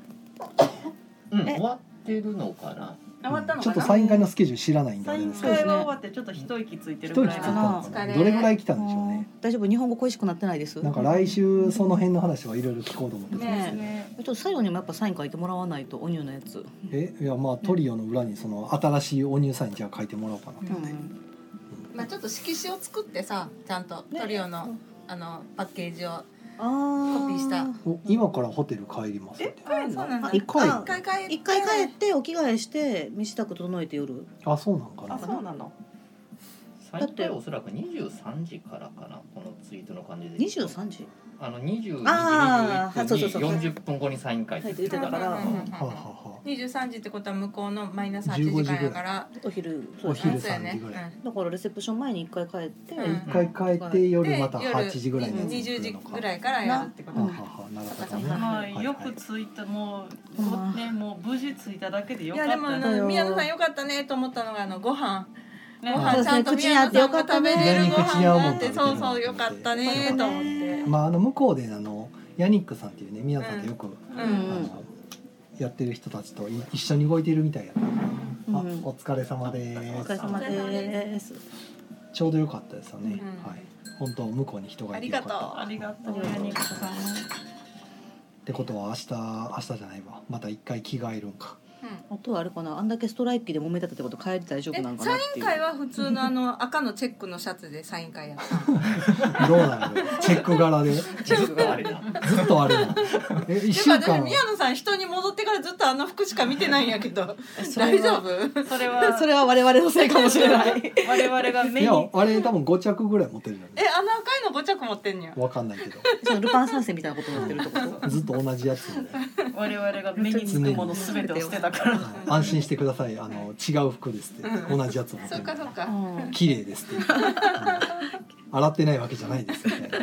[SPEAKER 6] うん、
[SPEAKER 1] え
[SPEAKER 6] 終わってるのかな
[SPEAKER 5] 終わったの
[SPEAKER 3] ちょ
[SPEAKER 5] か
[SPEAKER 3] っと
[SPEAKER 5] な
[SPEAKER 3] サイン会のスケジュール知らないんであれですけ
[SPEAKER 1] サイン会
[SPEAKER 3] ど
[SPEAKER 5] 会話終わってちょっと一息ついて
[SPEAKER 3] 一
[SPEAKER 5] る
[SPEAKER 3] 人
[SPEAKER 5] ぐ
[SPEAKER 3] 来
[SPEAKER 5] ら
[SPEAKER 3] て
[SPEAKER 5] い
[SPEAKER 3] た
[SPEAKER 1] 一
[SPEAKER 5] か
[SPEAKER 1] 息
[SPEAKER 3] の
[SPEAKER 5] な
[SPEAKER 3] か
[SPEAKER 2] お疲
[SPEAKER 3] な
[SPEAKER 2] れ
[SPEAKER 3] どれぐらい来たんでしょうね
[SPEAKER 1] 大丈夫日本語恋しくなってないです
[SPEAKER 3] なんか来週その辺の話はいろいろ聞こうと思ってたんですけど、
[SPEAKER 1] ちょっと最後にもやっぱサイン書いてもらわないとおニューのやつ、
[SPEAKER 3] えいやまあトリオの裏にその新しいお乳サインじゃあ書いてもらおうかなって、
[SPEAKER 2] まあちょっと色紙を作ってさちゃんとトリオのあのパッケージを
[SPEAKER 1] あー
[SPEAKER 2] コピーした
[SPEAKER 3] お今からホテル帰りますって
[SPEAKER 2] そうなんだ
[SPEAKER 1] あ一
[SPEAKER 3] 回
[SPEAKER 1] あ
[SPEAKER 2] 一回帰
[SPEAKER 1] 一回帰ってお着替えして身支度整えて夜
[SPEAKER 3] あそうなんか
[SPEAKER 5] あ
[SPEAKER 3] な
[SPEAKER 5] そうなの
[SPEAKER 1] だっ
[SPEAKER 6] 最
[SPEAKER 1] て
[SPEAKER 6] 低おそらく23時からかなこのツイートの感じで
[SPEAKER 1] 二十三時
[SPEAKER 6] あの22時
[SPEAKER 1] あー
[SPEAKER 6] 21
[SPEAKER 1] そうそうそう
[SPEAKER 6] 分に40分後にサイン会って言ってたか
[SPEAKER 1] 書いて言ってたからうん
[SPEAKER 3] は
[SPEAKER 6] ら
[SPEAKER 3] あ、はあはあ、
[SPEAKER 2] 23時ってことは向こうのマイナス8時間やから
[SPEAKER 1] お昼
[SPEAKER 3] お
[SPEAKER 1] ですね
[SPEAKER 3] 昼
[SPEAKER 2] そうや
[SPEAKER 3] 3時
[SPEAKER 2] ね
[SPEAKER 3] ぐらい
[SPEAKER 1] だからレセプション前に一回帰って、
[SPEAKER 2] うん
[SPEAKER 3] 一回帰って
[SPEAKER 2] うん
[SPEAKER 3] 夜
[SPEAKER 2] で
[SPEAKER 3] また
[SPEAKER 2] 夜
[SPEAKER 3] 8時ぐらいのやつに来
[SPEAKER 2] 20
[SPEAKER 3] る
[SPEAKER 2] 時
[SPEAKER 3] のか
[SPEAKER 2] ぐらいからやるってこ
[SPEAKER 3] はあ
[SPEAKER 2] と
[SPEAKER 3] はあはあなるほどね、
[SPEAKER 5] まあ
[SPEAKER 3] はい
[SPEAKER 5] よくついたもう、
[SPEAKER 1] うん
[SPEAKER 5] ねもう無事ついただけでよ
[SPEAKER 2] い
[SPEAKER 5] かっ
[SPEAKER 2] や
[SPEAKER 5] た
[SPEAKER 2] で
[SPEAKER 5] ね
[SPEAKER 2] も
[SPEAKER 1] だよ
[SPEAKER 2] 宮野さんよかったねと思ったのがあのご飯
[SPEAKER 5] ね
[SPEAKER 2] ご
[SPEAKER 1] そ
[SPEAKER 2] 飯
[SPEAKER 1] う
[SPEAKER 2] ちゃんと宮野さんが食べれるご飯があってそうそうよかったねと思って
[SPEAKER 3] まああの向こうであのヤニックさんっていうね皆さんとよく、
[SPEAKER 2] う
[SPEAKER 3] あ
[SPEAKER 2] ん
[SPEAKER 3] のやってる人たちとい一緒に動いてるみたいやったから、あ
[SPEAKER 1] うん
[SPEAKER 3] お疲れ様で
[SPEAKER 1] お
[SPEAKER 3] ー
[SPEAKER 1] 疲れ
[SPEAKER 3] す
[SPEAKER 1] 様です
[SPEAKER 3] ちょうど良かったですよね、
[SPEAKER 2] うん
[SPEAKER 3] はい本当向こうに人がいてよかっ
[SPEAKER 2] ありがと
[SPEAKER 3] た
[SPEAKER 2] う
[SPEAKER 5] あり
[SPEAKER 1] あ
[SPEAKER 5] がとう
[SPEAKER 1] りがとう
[SPEAKER 5] ヤニックさん
[SPEAKER 3] ってことは明日明日じゃないわまた一回着替えるんか
[SPEAKER 1] あとはあれかなあんだけストライキで揉めたってこと帰り大丈夫
[SPEAKER 2] え
[SPEAKER 1] なのかな
[SPEAKER 2] サ
[SPEAKER 1] っ
[SPEAKER 2] イ
[SPEAKER 1] て
[SPEAKER 2] ン
[SPEAKER 1] いう
[SPEAKER 2] 会は普通のあの赤のチェックのシャツでサイン会やったの
[SPEAKER 3] どうな るチェック柄でず
[SPEAKER 6] ずっとあれだ
[SPEAKER 3] っとあれなえ1
[SPEAKER 2] て
[SPEAKER 3] 週
[SPEAKER 2] か
[SPEAKER 3] 間
[SPEAKER 2] 私宮野さん人に戻ってからずっとあの服しか見てないんやけど大丈 夫
[SPEAKER 5] それ は
[SPEAKER 1] それは我々のせいかもしれない
[SPEAKER 5] 我々が目
[SPEAKER 3] いや
[SPEAKER 5] に
[SPEAKER 3] あれ多分5着ぐらい持ってるよ
[SPEAKER 2] え
[SPEAKER 3] ね
[SPEAKER 2] あの赤いの5着持ってんねや
[SPEAKER 3] わかんないけど
[SPEAKER 1] そのルパン三世みたいなことになってるってこと
[SPEAKER 3] ずっと同じやつで、
[SPEAKER 5] 我々が目につくもの全てを捨てたから
[SPEAKER 3] はい安心してくださいあの違う服ですって同じやつを持ってる
[SPEAKER 2] そうんかそう
[SPEAKER 3] で
[SPEAKER 2] か
[SPEAKER 3] 綺麗ですって、うん洗ってないわけじゃないですみたいな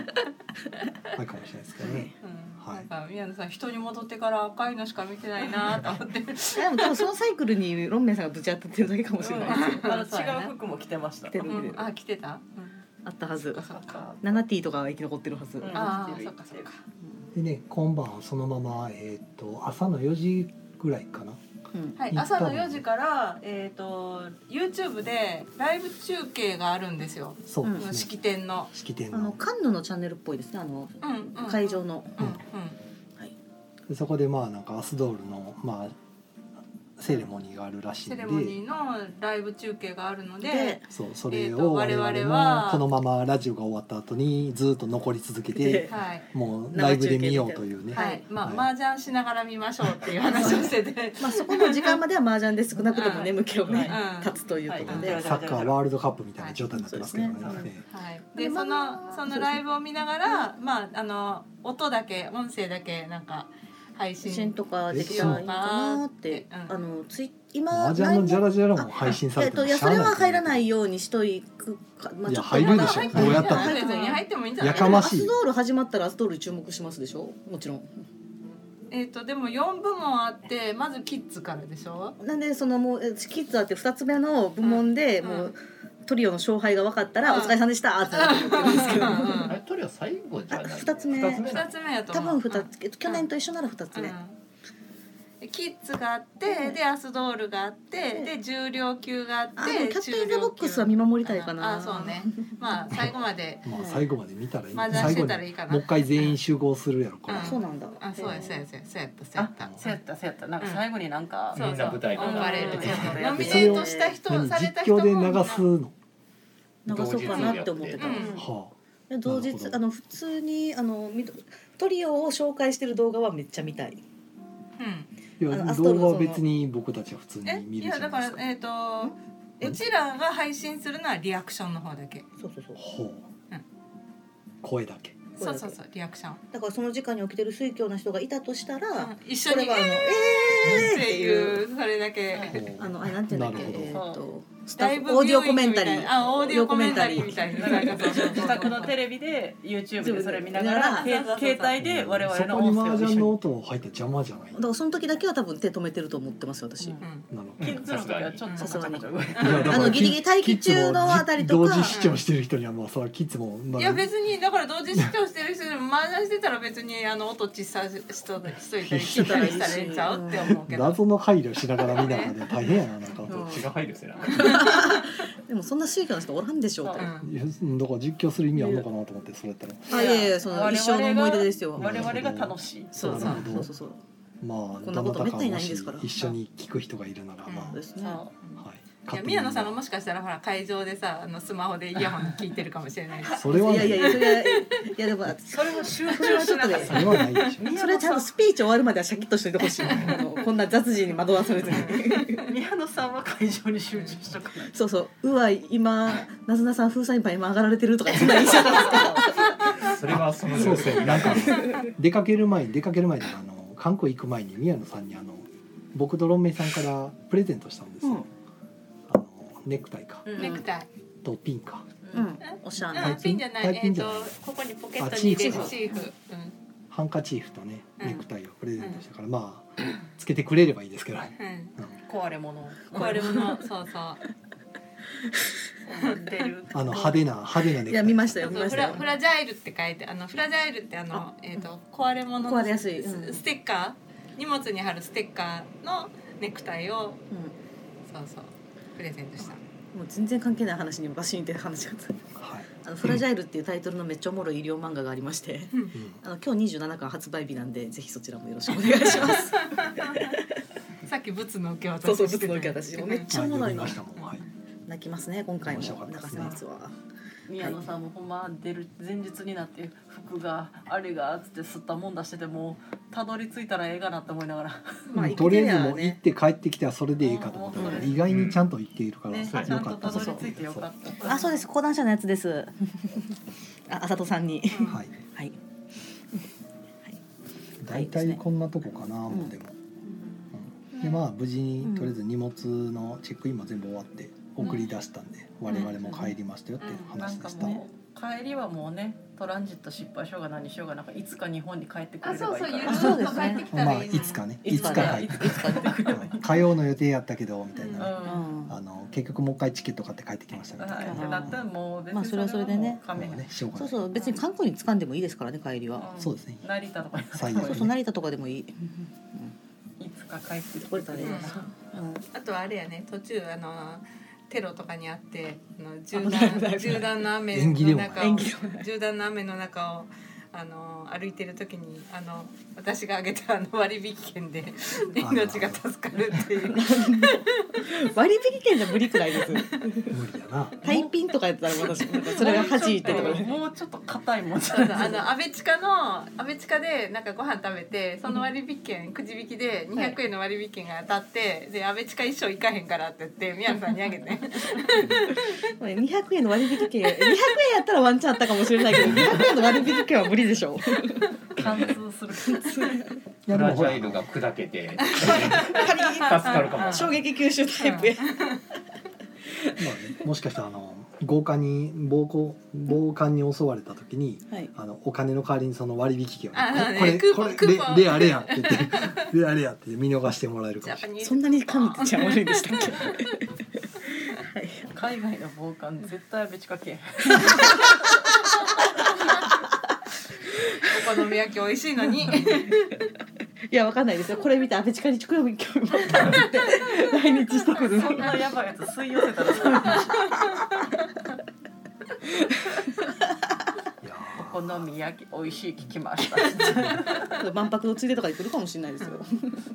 [SPEAKER 3] あるかもしれないですけどね
[SPEAKER 2] うん
[SPEAKER 3] はい
[SPEAKER 2] なんか宮野さん人に戻ってから赤いのしか見てないなと思って
[SPEAKER 1] でも多分そのサイクルにロンメイさんがぶち当たってるだけかもしれないですよ
[SPEAKER 5] あの違う服も着てました
[SPEAKER 1] 着てる着て
[SPEAKER 2] う
[SPEAKER 1] る
[SPEAKER 2] んあ来てたうん
[SPEAKER 1] あったはず
[SPEAKER 2] そっかそっか
[SPEAKER 1] ナナティとかは生き残ってるはず、
[SPEAKER 5] うん
[SPEAKER 2] ああそっかそっか
[SPEAKER 3] でね今晩そのままえっ、と朝の4時ぐらいかな
[SPEAKER 1] うん
[SPEAKER 2] はい、
[SPEAKER 3] 行った
[SPEAKER 2] 朝
[SPEAKER 3] の
[SPEAKER 2] の4時から、えー、と YouTube でライブ中継があるんですよ、
[SPEAKER 3] そう
[SPEAKER 1] うん
[SPEAKER 3] ですね、
[SPEAKER 2] 式典の、
[SPEAKER 3] 式典
[SPEAKER 1] あの
[SPEAKER 3] の
[SPEAKER 1] カンヌのチャンネルっぽいですねあの
[SPEAKER 2] うんうん、
[SPEAKER 1] 会場の、
[SPEAKER 2] うんうん
[SPEAKER 3] でそこでまあなんかアスドールのまあセレモニーがあるらしい
[SPEAKER 2] セ
[SPEAKER 3] んで
[SPEAKER 2] レモニーのライブ中継があるので
[SPEAKER 7] で
[SPEAKER 3] そうそ
[SPEAKER 2] え
[SPEAKER 3] れ
[SPEAKER 2] ーと
[SPEAKER 3] を我々
[SPEAKER 2] 我々は
[SPEAKER 3] もこのままラジオが終わった後にずっと残り続けて
[SPEAKER 5] で
[SPEAKER 2] はい、
[SPEAKER 3] もうライブで見ようというね、
[SPEAKER 2] はい、まあ、
[SPEAKER 3] はい
[SPEAKER 2] 麻雀しながら見ましょうっていう話をしてて
[SPEAKER 1] まあそこの時間までは麻雀で少なくとも眠気をね
[SPEAKER 2] はい
[SPEAKER 1] 立つということで、
[SPEAKER 5] はい
[SPEAKER 3] サッカーワールドカップみたいな状態になってますけどね。
[SPEAKER 1] はいそうですね
[SPEAKER 3] え
[SPEAKER 2] はい、でそのそのライブを見ながら、まあ、あの音だけ音声だけなんか配
[SPEAKER 1] 写真
[SPEAKER 2] 信
[SPEAKER 1] とかできたらいいかなって、
[SPEAKER 2] うん
[SPEAKER 1] あのツイ
[SPEAKER 3] え
[SPEAKER 1] 今
[SPEAKER 3] 麻雀のジャラジャラ
[SPEAKER 1] あ
[SPEAKER 3] も配信さ
[SPEAKER 1] え
[SPEAKER 3] れ
[SPEAKER 1] って
[SPEAKER 3] も
[SPEAKER 1] といやそれは入らないいようにしといくか、まあ、
[SPEAKER 3] い
[SPEAKER 1] ち
[SPEAKER 3] や
[SPEAKER 1] ょっと
[SPEAKER 3] 入るでしょ
[SPEAKER 1] ま
[SPEAKER 3] どうやった
[SPEAKER 1] の
[SPEAKER 2] 別に入ってもいいんじゃない
[SPEAKER 3] やかま
[SPEAKER 1] あア
[SPEAKER 3] しい
[SPEAKER 1] スドール始まったらアスドールに注目しますでしょもちろん
[SPEAKER 2] えっ、とでも四部門あってまずキッズからでしょ。
[SPEAKER 1] なんでそのもうえキッズあって2つ目の部門で、
[SPEAKER 2] うん
[SPEAKER 1] も
[SPEAKER 2] うん
[SPEAKER 1] うトリオの勝敗が分かったら「
[SPEAKER 2] うん
[SPEAKER 1] お疲れさんでした」ってなると思うんですけど
[SPEAKER 6] あれトリオ最後じゃない
[SPEAKER 1] あ二つ目
[SPEAKER 6] 二つ目
[SPEAKER 2] 二つ目やと
[SPEAKER 1] 多
[SPEAKER 2] 思
[SPEAKER 1] 分
[SPEAKER 2] う。
[SPEAKER 1] 2つ、えっと去年と一緒なら2つ目、
[SPEAKER 2] うん、キッズがあってでアスドールがあってで重量級があっ
[SPEAKER 1] あでも
[SPEAKER 2] て
[SPEAKER 1] キャプテン・
[SPEAKER 2] 中
[SPEAKER 1] ザ・
[SPEAKER 2] 量
[SPEAKER 1] ボ
[SPEAKER 2] 級
[SPEAKER 1] ックスは見守りたいかな
[SPEAKER 2] あそうねまあ最後まで
[SPEAKER 3] まあ最後まで見たらいい。
[SPEAKER 2] 麻雀
[SPEAKER 3] 最
[SPEAKER 2] し
[SPEAKER 3] 後
[SPEAKER 2] て
[SPEAKER 3] に
[SPEAKER 2] たらいいかな
[SPEAKER 3] もう一回全員集合するやろから。
[SPEAKER 2] うん
[SPEAKER 1] そうなんだ
[SPEAKER 2] あそうやそうやそうやそうやったそうやった
[SPEAKER 5] そうやったそうやったなんか最後になんか、
[SPEAKER 2] そう
[SPEAKER 6] みんな舞台
[SPEAKER 2] オンバレードそうやった
[SPEAKER 5] うん
[SPEAKER 2] ノミネートした人
[SPEAKER 3] 何
[SPEAKER 2] され
[SPEAKER 3] 実
[SPEAKER 2] た人
[SPEAKER 3] 況
[SPEAKER 2] も
[SPEAKER 3] で
[SPEAKER 2] みんな
[SPEAKER 3] 流すの。
[SPEAKER 1] 流そうかなって思ってた、
[SPEAKER 2] うん
[SPEAKER 3] は
[SPEAKER 1] で同
[SPEAKER 3] なるほ
[SPEAKER 1] 日
[SPEAKER 3] ど
[SPEAKER 1] あの普通にあのみトリオを紹介してる動画はめっちゃ見たい
[SPEAKER 2] うん
[SPEAKER 3] あ。い
[SPEAKER 1] あの
[SPEAKER 3] や
[SPEAKER 1] アストロ
[SPEAKER 3] 動
[SPEAKER 1] の
[SPEAKER 3] 画は別に僕たちは普通に
[SPEAKER 2] え
[SPEAKER 3] 見
[SPEAKER 2] い
[SPEAKER 3] るじ
[SPEAKER 2] や
[SPEAKER 3] ゃな
[SPEAKER 2] だ
[SPEAKER 3] い
[SPEAKER 2] か
[SPEAKER 3] で
[SPEAKER 2] ら
[SPEAKER 3] すか。
[SPEAKER 2] えっ、とうちらが配信するのはリアクションの方だけ
[SPEAKER 1] そうそうそう
[SPEAKER 3] ほう
[SPEAKER 2] うん。
[SPEAKER 3] 声だけ。
[SPEAKER 1] これだ
[SPEAKER 2] そう
[SPEAKER 1] け
[SPEAKER 2] そうそうリアクション、
[SPEAKER 1] だからその時間に起きてる水教な人がいたとしたら、
[SPEAKER 2] うん一緒
[SPEAKER 1] これ
[SPEAKER 2] に「
[SPEAKER 1] はあの
[SPEAKER 2] え
[SPEAKER 1] えー
[SPEAKER 2] ー!」っ
[SPEAKER 1] ってていう
[SPEAKER 2] いうそれだけ
[SPEAKER 5] はい
[SPEAKER 3] ほう
[SPEAKER 1] あのあれなんていうんだっけ
[SPEAKER 3] なるほど
[SPEAKER 1] えーとスタ
[SPEAKER 2] ラ
[SPEAKER 1] ッ
[SPEAKER 2] イブ
[SPEAKER 1] フオーディオコメンタリ
[SPEAKER 2] ビュイン
[SPEAKER 1] ー
[SPEAKER 2] グみたいなあオーディオコメンタリーみたいななんかそう
[SPEAKER 5] 自宅のテレビで YouTube でそれ見ながらけ携帯で我々の
[SPEAKER 3] そこ
[SPEAKER 5] 音
[SPEAKER 3] に
[SPEAKER 5] 声
[SPEAKER 3] 麻
[SPEAKER 5] を一緒
[SPEAKER 3] 雀の
[SPEAKER 5] に
[SPEAKER 3] 音を入ったら邪魔じゃない。
[SPEAKER 1] だからその時だけは多分手止めてると思ってますよ私、
[SPEAKER 5] うん
[SPEAKER 2] うん
[SPEAKER 3] なの。
[SPEAKER 5] キッズの時はちょっとカチャカチャ動い
[SPEAKER 3] い
[SPEAKER 5] て
[SPEAKER 3] やだから
[SPEAKER 1] あのギリギリ待機中のあたりとか
[SPEAKER 3] キッズも同時視聴してる人にはまあそれはキッズもまあ
[SPEAKER 2] いや別にだから同時視聴してる人でも麻雀してたら別にあの音小さいししといたり聞いたりしたらいいんちゃうって思うけど
[SPEAKER 3] 謎の配慮しながら見ながらで大変やななんか、
[SPEAKER 1] うん
[SPEAKER 6] 違う配慮してな
[SPEAKER 1] でもそんな宗教の人おらんでしょうと、
[SPEAKER 5] そう
[SPEAKER 3] いやだから実況する意味あるのかなと思ってそれやったら
[SPEAKER 1] あいえいえその一生の思い出ですよ
[SPEAKER 5] 我々が楽しい
[SPEAKER 1] そう
[SPEAKER 3] な
[SPEAKER 1] そ
[SPEAKER 3] る
[SPEAKER 1] う
[SPEAKER 3] ほど
[SPEAKER 1] そうそうそう
[SPEAKER 3] まあ
[SPEAKER 1] こんなこと
[SPEAKER 3] ど
[SPEAKER 1] め
[SPEAKER 3] な
[SPEAKER 1] ったた
[SPEAKER 3] か
[SPEAKER 1] に
[SPEAKER 3] も
[SPEAKER 1] ないんで
[SPEAKER 3] し
[SPEAKER 1] すから
[SPEAKER 3] 一緒に聞く人がいるならまあ、
[SPEAKER 2] うん
[SPEAKER 1] ですね
[SPEAKER 5] そ
[SPEAKER 3] はい
[SPEAKER 2] い
[SPEAKER 3] 勝
[SPEAKER 2] や
[SPEAKER 3] 手に
[SPEAKER 2] 宮野さんがもしかしたらほら会場でさあのスマホでイヤホン聞いてるかもしれないし
[SPEAKER 3] それはね
[SPEAKER 1] いやいやいやそれはいやでも
[SPEAKER 5] うそれも集
[SPEAKER 1] それ
[SPEAKER 5] 中
[SPEAKER 1] はち
[SPEAKER 5] し
[SPEAKER 1] ょっ
[SPEAKER 5] な
[SPEAKER 1] と
[SPEAKER 5] がら
[SPEAKER 1] ね
[SPEAKER 3] それはないでしょ
[SPEAKER 1] それはちゃんとスピーチ終わるまではシャキッとしといてほしい あのこんな雑事に惑わされ ずに
[SPEAKER 5] 宮野さんは会場に集中しとかない
[SPEAKER 1] そうそううわ今なずなさん風船いっぱい今上がられてるとかそんな印象なんです
[SPEAKER 6] それはその
[SPEAKER 3] そ
[SPEAKER 6] 状
[SPEAKER 3] うそう
[SPEAKER 6] 況
[SPEAKER 3] なんか出かける前に出かける前にあの観光行く前に宮野さんにあの僕とロンメイさんからプレゼントしたんですよ、あのネクタイか
[SPEAKER 1] けど
[SPEAKER 2] ネクタイ
[SPEAKER 3] とピンか
[SPEAKER 1] うん、うん、おしゃれ
[SPEAKER 2] あ
[SPEAKER 3] い
[SPEAKER 2] ピンじゃない
[SPEAKER 3] はい
[SPEAKER 2] え
[SPEAKER 3] ピン
[SPEAKER 2] っ
[SPEAKER 3] じ
[SPEAKER 2] と
[SPEAKER 3] ゃない
[SPEAKER 2] ここにポケットに入れる
[SPEAKER 1] あ
[SPEAKER 2] チ
[SPEAKER 1] チ
[SPEAKER 2] ーフうん
[SPEAKER 3] ハンカチーフとね
[SPEAKER 2] うん
[SPEAKER 3] ネクタイをプレゼントしたから、まあつけてくれればいいですけど、ね
[SPEAKER 2] うん
[SPEAKER 5] 壊れ物を
[SPEAKER 2] 壊れ物そうそう
[SPEAKER 5] 出る
[SPEAKER 3] あの派手な派手なネクタイ
[SPEAKER 1] いや見ましたよ
[SPEAKER 2] そう
[SPEAKER 1] 見
[SPEAKER 2] そう
[SPEAKER 1] ました
[SPEAKER 2] フ
[SPEAKER 1] よ
[SPEAKER 2] ラフラジャイルって書いてあのフラジャイルってあのえっ、と壊れ物の
[SPEAKER 1] 壊れやすいうん
[SPEAKER 2] スステッカー荷物に貼るステッカーのネクタイを
[SPEAKER 1] う
[SPEAKER 2] そうそうプレゼントし
[SPEAKER 1] ん、
[SPEAKER 2] た。
[SPEAKER 1] もう全然関係ない話にバシンって話が
[SPEAKER 3] はい、
[SPEAKER 1] あのフラジャイルっていうタイトルのめっちゃおもろい医療漫画がありまして
[SPEAKER 3] うん
[SPEAKER 1] あの今日27巻発売日なんでぜひそちらもよろしくお願いします
[SPEAKER 2] さっき物の受け渡
[SPEAKER 1] そう
[SPEAKER 2] し
[SPEAKER 1] そう
[SPEAKER 2] してた
[SPEAKER 1] 物の受け渡しもめっちゃおもろ
[SPEAKER 3] 読
[SPEAKER 1] い
[SPEAKER 3] み
[SPEAKER 1] の
[SPEAKER 3] ましたもん、はい、
[SPEAKER 1] 泣きますね今回も
[SPEAKER 3] 面白かったで
[SPEAKER 1] 中
[SPEAKER 3] す
[SPEAKER 1] 瀬
[SPEAKER 3] ね
[SPEAKER 1] のやつは
[SPEAKER 5] 宮野さんもほんま出る前日になって服があれがっつって吸ったもん出しててもうたどり着いたらええかなって思いながら
[SPEAKER 1] まあ
[SPEAKER 3] とりあえず
[SPEAKER 1] 生
[SPEAKER 3] も
[SPEAKER 1] き
[SPEAKER 3] う
[SPEAKER 1] てりゃ
[SPEAKER 3] 行
[SPEAKER 1] ね
[SPEAKER 3] って帰ってきてはそれでいいかと思ったから、
[SPEAKER 5] うん
[SPEAKER 3] 意外にちゃんと行っているから、
[SPEAKER 5] ねち
[SPEAKER 3] そ
[SPEAKER 5] ゃ
[SPEAKER 3] うんよか
[SPEAKER 5] と
[SPEAKER 3] った
[SPEAKER 5] たど
[SPEAKER 3] で
[SPEAKER 5] り
[SPEAKER 3] す
[SPEAKER 5] 着いてよかった
[SPEAKER 1] あそうです講談社のやつです ああさとさんに
[SPEAKER 2] うん
[SPEAKER 3] はい
[SPEAKER 1] はい
[SPEAKER 3] 大体こんなとこかな、もうでも、うんでまあ無事にとりあえず荷物のチェックインも全部終わって送り出したんで、我々も帰りましたよって
[SPEAKER 5] な
[SPEAKER 3] 話
[SPEAKER 5] ん
[SPEAKER 3] で
[SPEAKER 5] か
[SPEAKER 3] した、
[SPEAKER 5] もう帰りはもうねトランジット失敗しようが何しようがなんかいつか日本に帰ってく
[SPEAKER 2] あ
[SPEAKER 5] れれ
[SPEAKER 2] そ
[SPEAKER 5] ば
[SPEAKER 2] う
[SPEAKER 5] いいか
[SPEAKER 2] そ
[SPEAKER 1] そう
[SPEAKER 2] うゆるっ
[SPEAKER 5] ら
[SPEAKER 1] で
[SPEAKER 2] と
[SPEAKER 1] す
[SPEAKER 2] 帰
[SPEAKER 1] ね
[SPEAKER 2] ってきた
[SPEAKER 3] ま
[SPEAKER 2] ら
[SPEAKER 3] あ
[SPEAKER 2] いい
[SPEAKER 3] い
[SPEAKER 2] のに
[SPEAKER 3] つかね
[SPEAKER 5] い
[SPEAKER 3] い
[SPEAKER 5] つ
[SPEAKER 3] つ
[SPEAKER 5] か
[SPEAKER 3] か
[SPEAKER 5] ね
[SPEAKER 3] 帰ってくるはい火曜の予定やったけどみたいな、
[SPEAKER 1] うん
[SPEAKER 3] あの結局もう一回チケット買って帰ってきましたみたいな、
[SPEAKER 5] はいだったらもう別
[SPEAKER 1] まあ
[SPEAKER 5] に
[SPEAKER 1] それはそれでね
[SPEAKER 5] それはも
[SPEAKER 3] まあ
[SPEAKER 5] う勘弁
[SPEAKER 3] ねしょうが
[SPEAKER 1] そ
[SPEAKER 3] な
[SPEAKER 1] う
[SPEAKER 3] い
[SPEAKER 1] そう別に韓国に掴んでもいいですからね帰りは、
[SPEAKER 5] うん
[SPEAKER 3] そうですね
[SPEAKER 5] 成田とかに
[SPEAKER 3] 最悪
[SPEAKER 1] そうそう成田とかでもいい、
[SPEAKER 5] いつか帰って
[SPEAKER 1] これだねうん、
[SPEAKER 2] あとはあれやね途中あのテロとかにあってあの
[SPEAKER 1] 危ない危ない危な
[SPEAKER 2] 銃
[SPEAKER 1] い
[SPEAKER 2] 弾銃弾の雨
[SPEAKER 3] 縁起で
[SPEAKER 2] の
[SPEAKER 3] もない
[SPEAKER 2] 中を銃弾の雨の中をあの歩いてる時にあの私があげたあの割引 券で命が助かるっていう
[SPEAKER 1] 割引券じゃ無理くらいです。
[SPEAKER 3] 無理やな
[SPEAKER 1] タイピンとかやったら私なんかそれが弾いてとか ね。
[SPEAKER 5] もうちょっと硬いもんじゃ
[SPEAKER 2] そうそうあの安倍地下の安倍地下でなんかご飯食べてその割引券くじ引きで200円の割引券が当たってで安倍地下一生行かへんからって言って宮野さんに あげて
[SPEAKER 1] これ200円の割引券200円やったらワンチャンあったかもしれないけど200円の割引券は無理でしょ
[SPEAKER 5] 貫通する
[SPEAKER 3] い
[SPEAKER 6] フ
[SPEAKER 3] やで
[SPEAKER 6] ラ
[SPEAKER 3] も
[SPEAKER 6] ジ
[SPEAKER 3] ほら
[SPEAKER 6] ャイルが砕けて
[SPEAKER 1] パリッ
[SPEAKER 6] 助かるかも
[SPEAKER 1] 衝撃吸収タイプや
[SPEAKER 3] まあね、もしかしたらあの豪華に暴行暴漢に襲われた時に、
[SPEAKER 1] はい
[SPEAKER 3] あのお金の代わりにその割引券を
[SPEAKER 2] あそうね
[SPEAKER 3] これ
[SPEAKER 2] クーポ
[SPEAKER 3] こ
[SPEAKER 2] ン
[SPEAKER 3] れ
[SPEAKER 2] クーポン
[SPEAKER 3] レレアレアって言ってレアレアって言って見逃してもらえる
[SPEAKER 2] ジ
[SPEAKER 3] かも
[SPEAKER 2] ャ
[SPEAKER 3] しれ
[SPEAKER 2] パ
[SPEAKER 3] ない
[SPEAKER 2] ニーズ
[SPEAKER 1] そんなに神ってちゃ悪いでしたっけ
[SPEAKER 5] 海外の防寒絶対べちかけ
[SPEAKER 2] お好み焼き美味しい のに
[SPEAKER 1] いやわかんないですよこれ見て安倍地下に直呼び興味持ったって 言って来日してくる
[SPEAKER 5] そんなやばいやつ吸い寄せたら
[SPEAKER 3] いや
[SPEAKER 5] お好み焼き美味しい聞きました
[SPEAKER 1] 万博のついでとかで来るかもしれないですよ、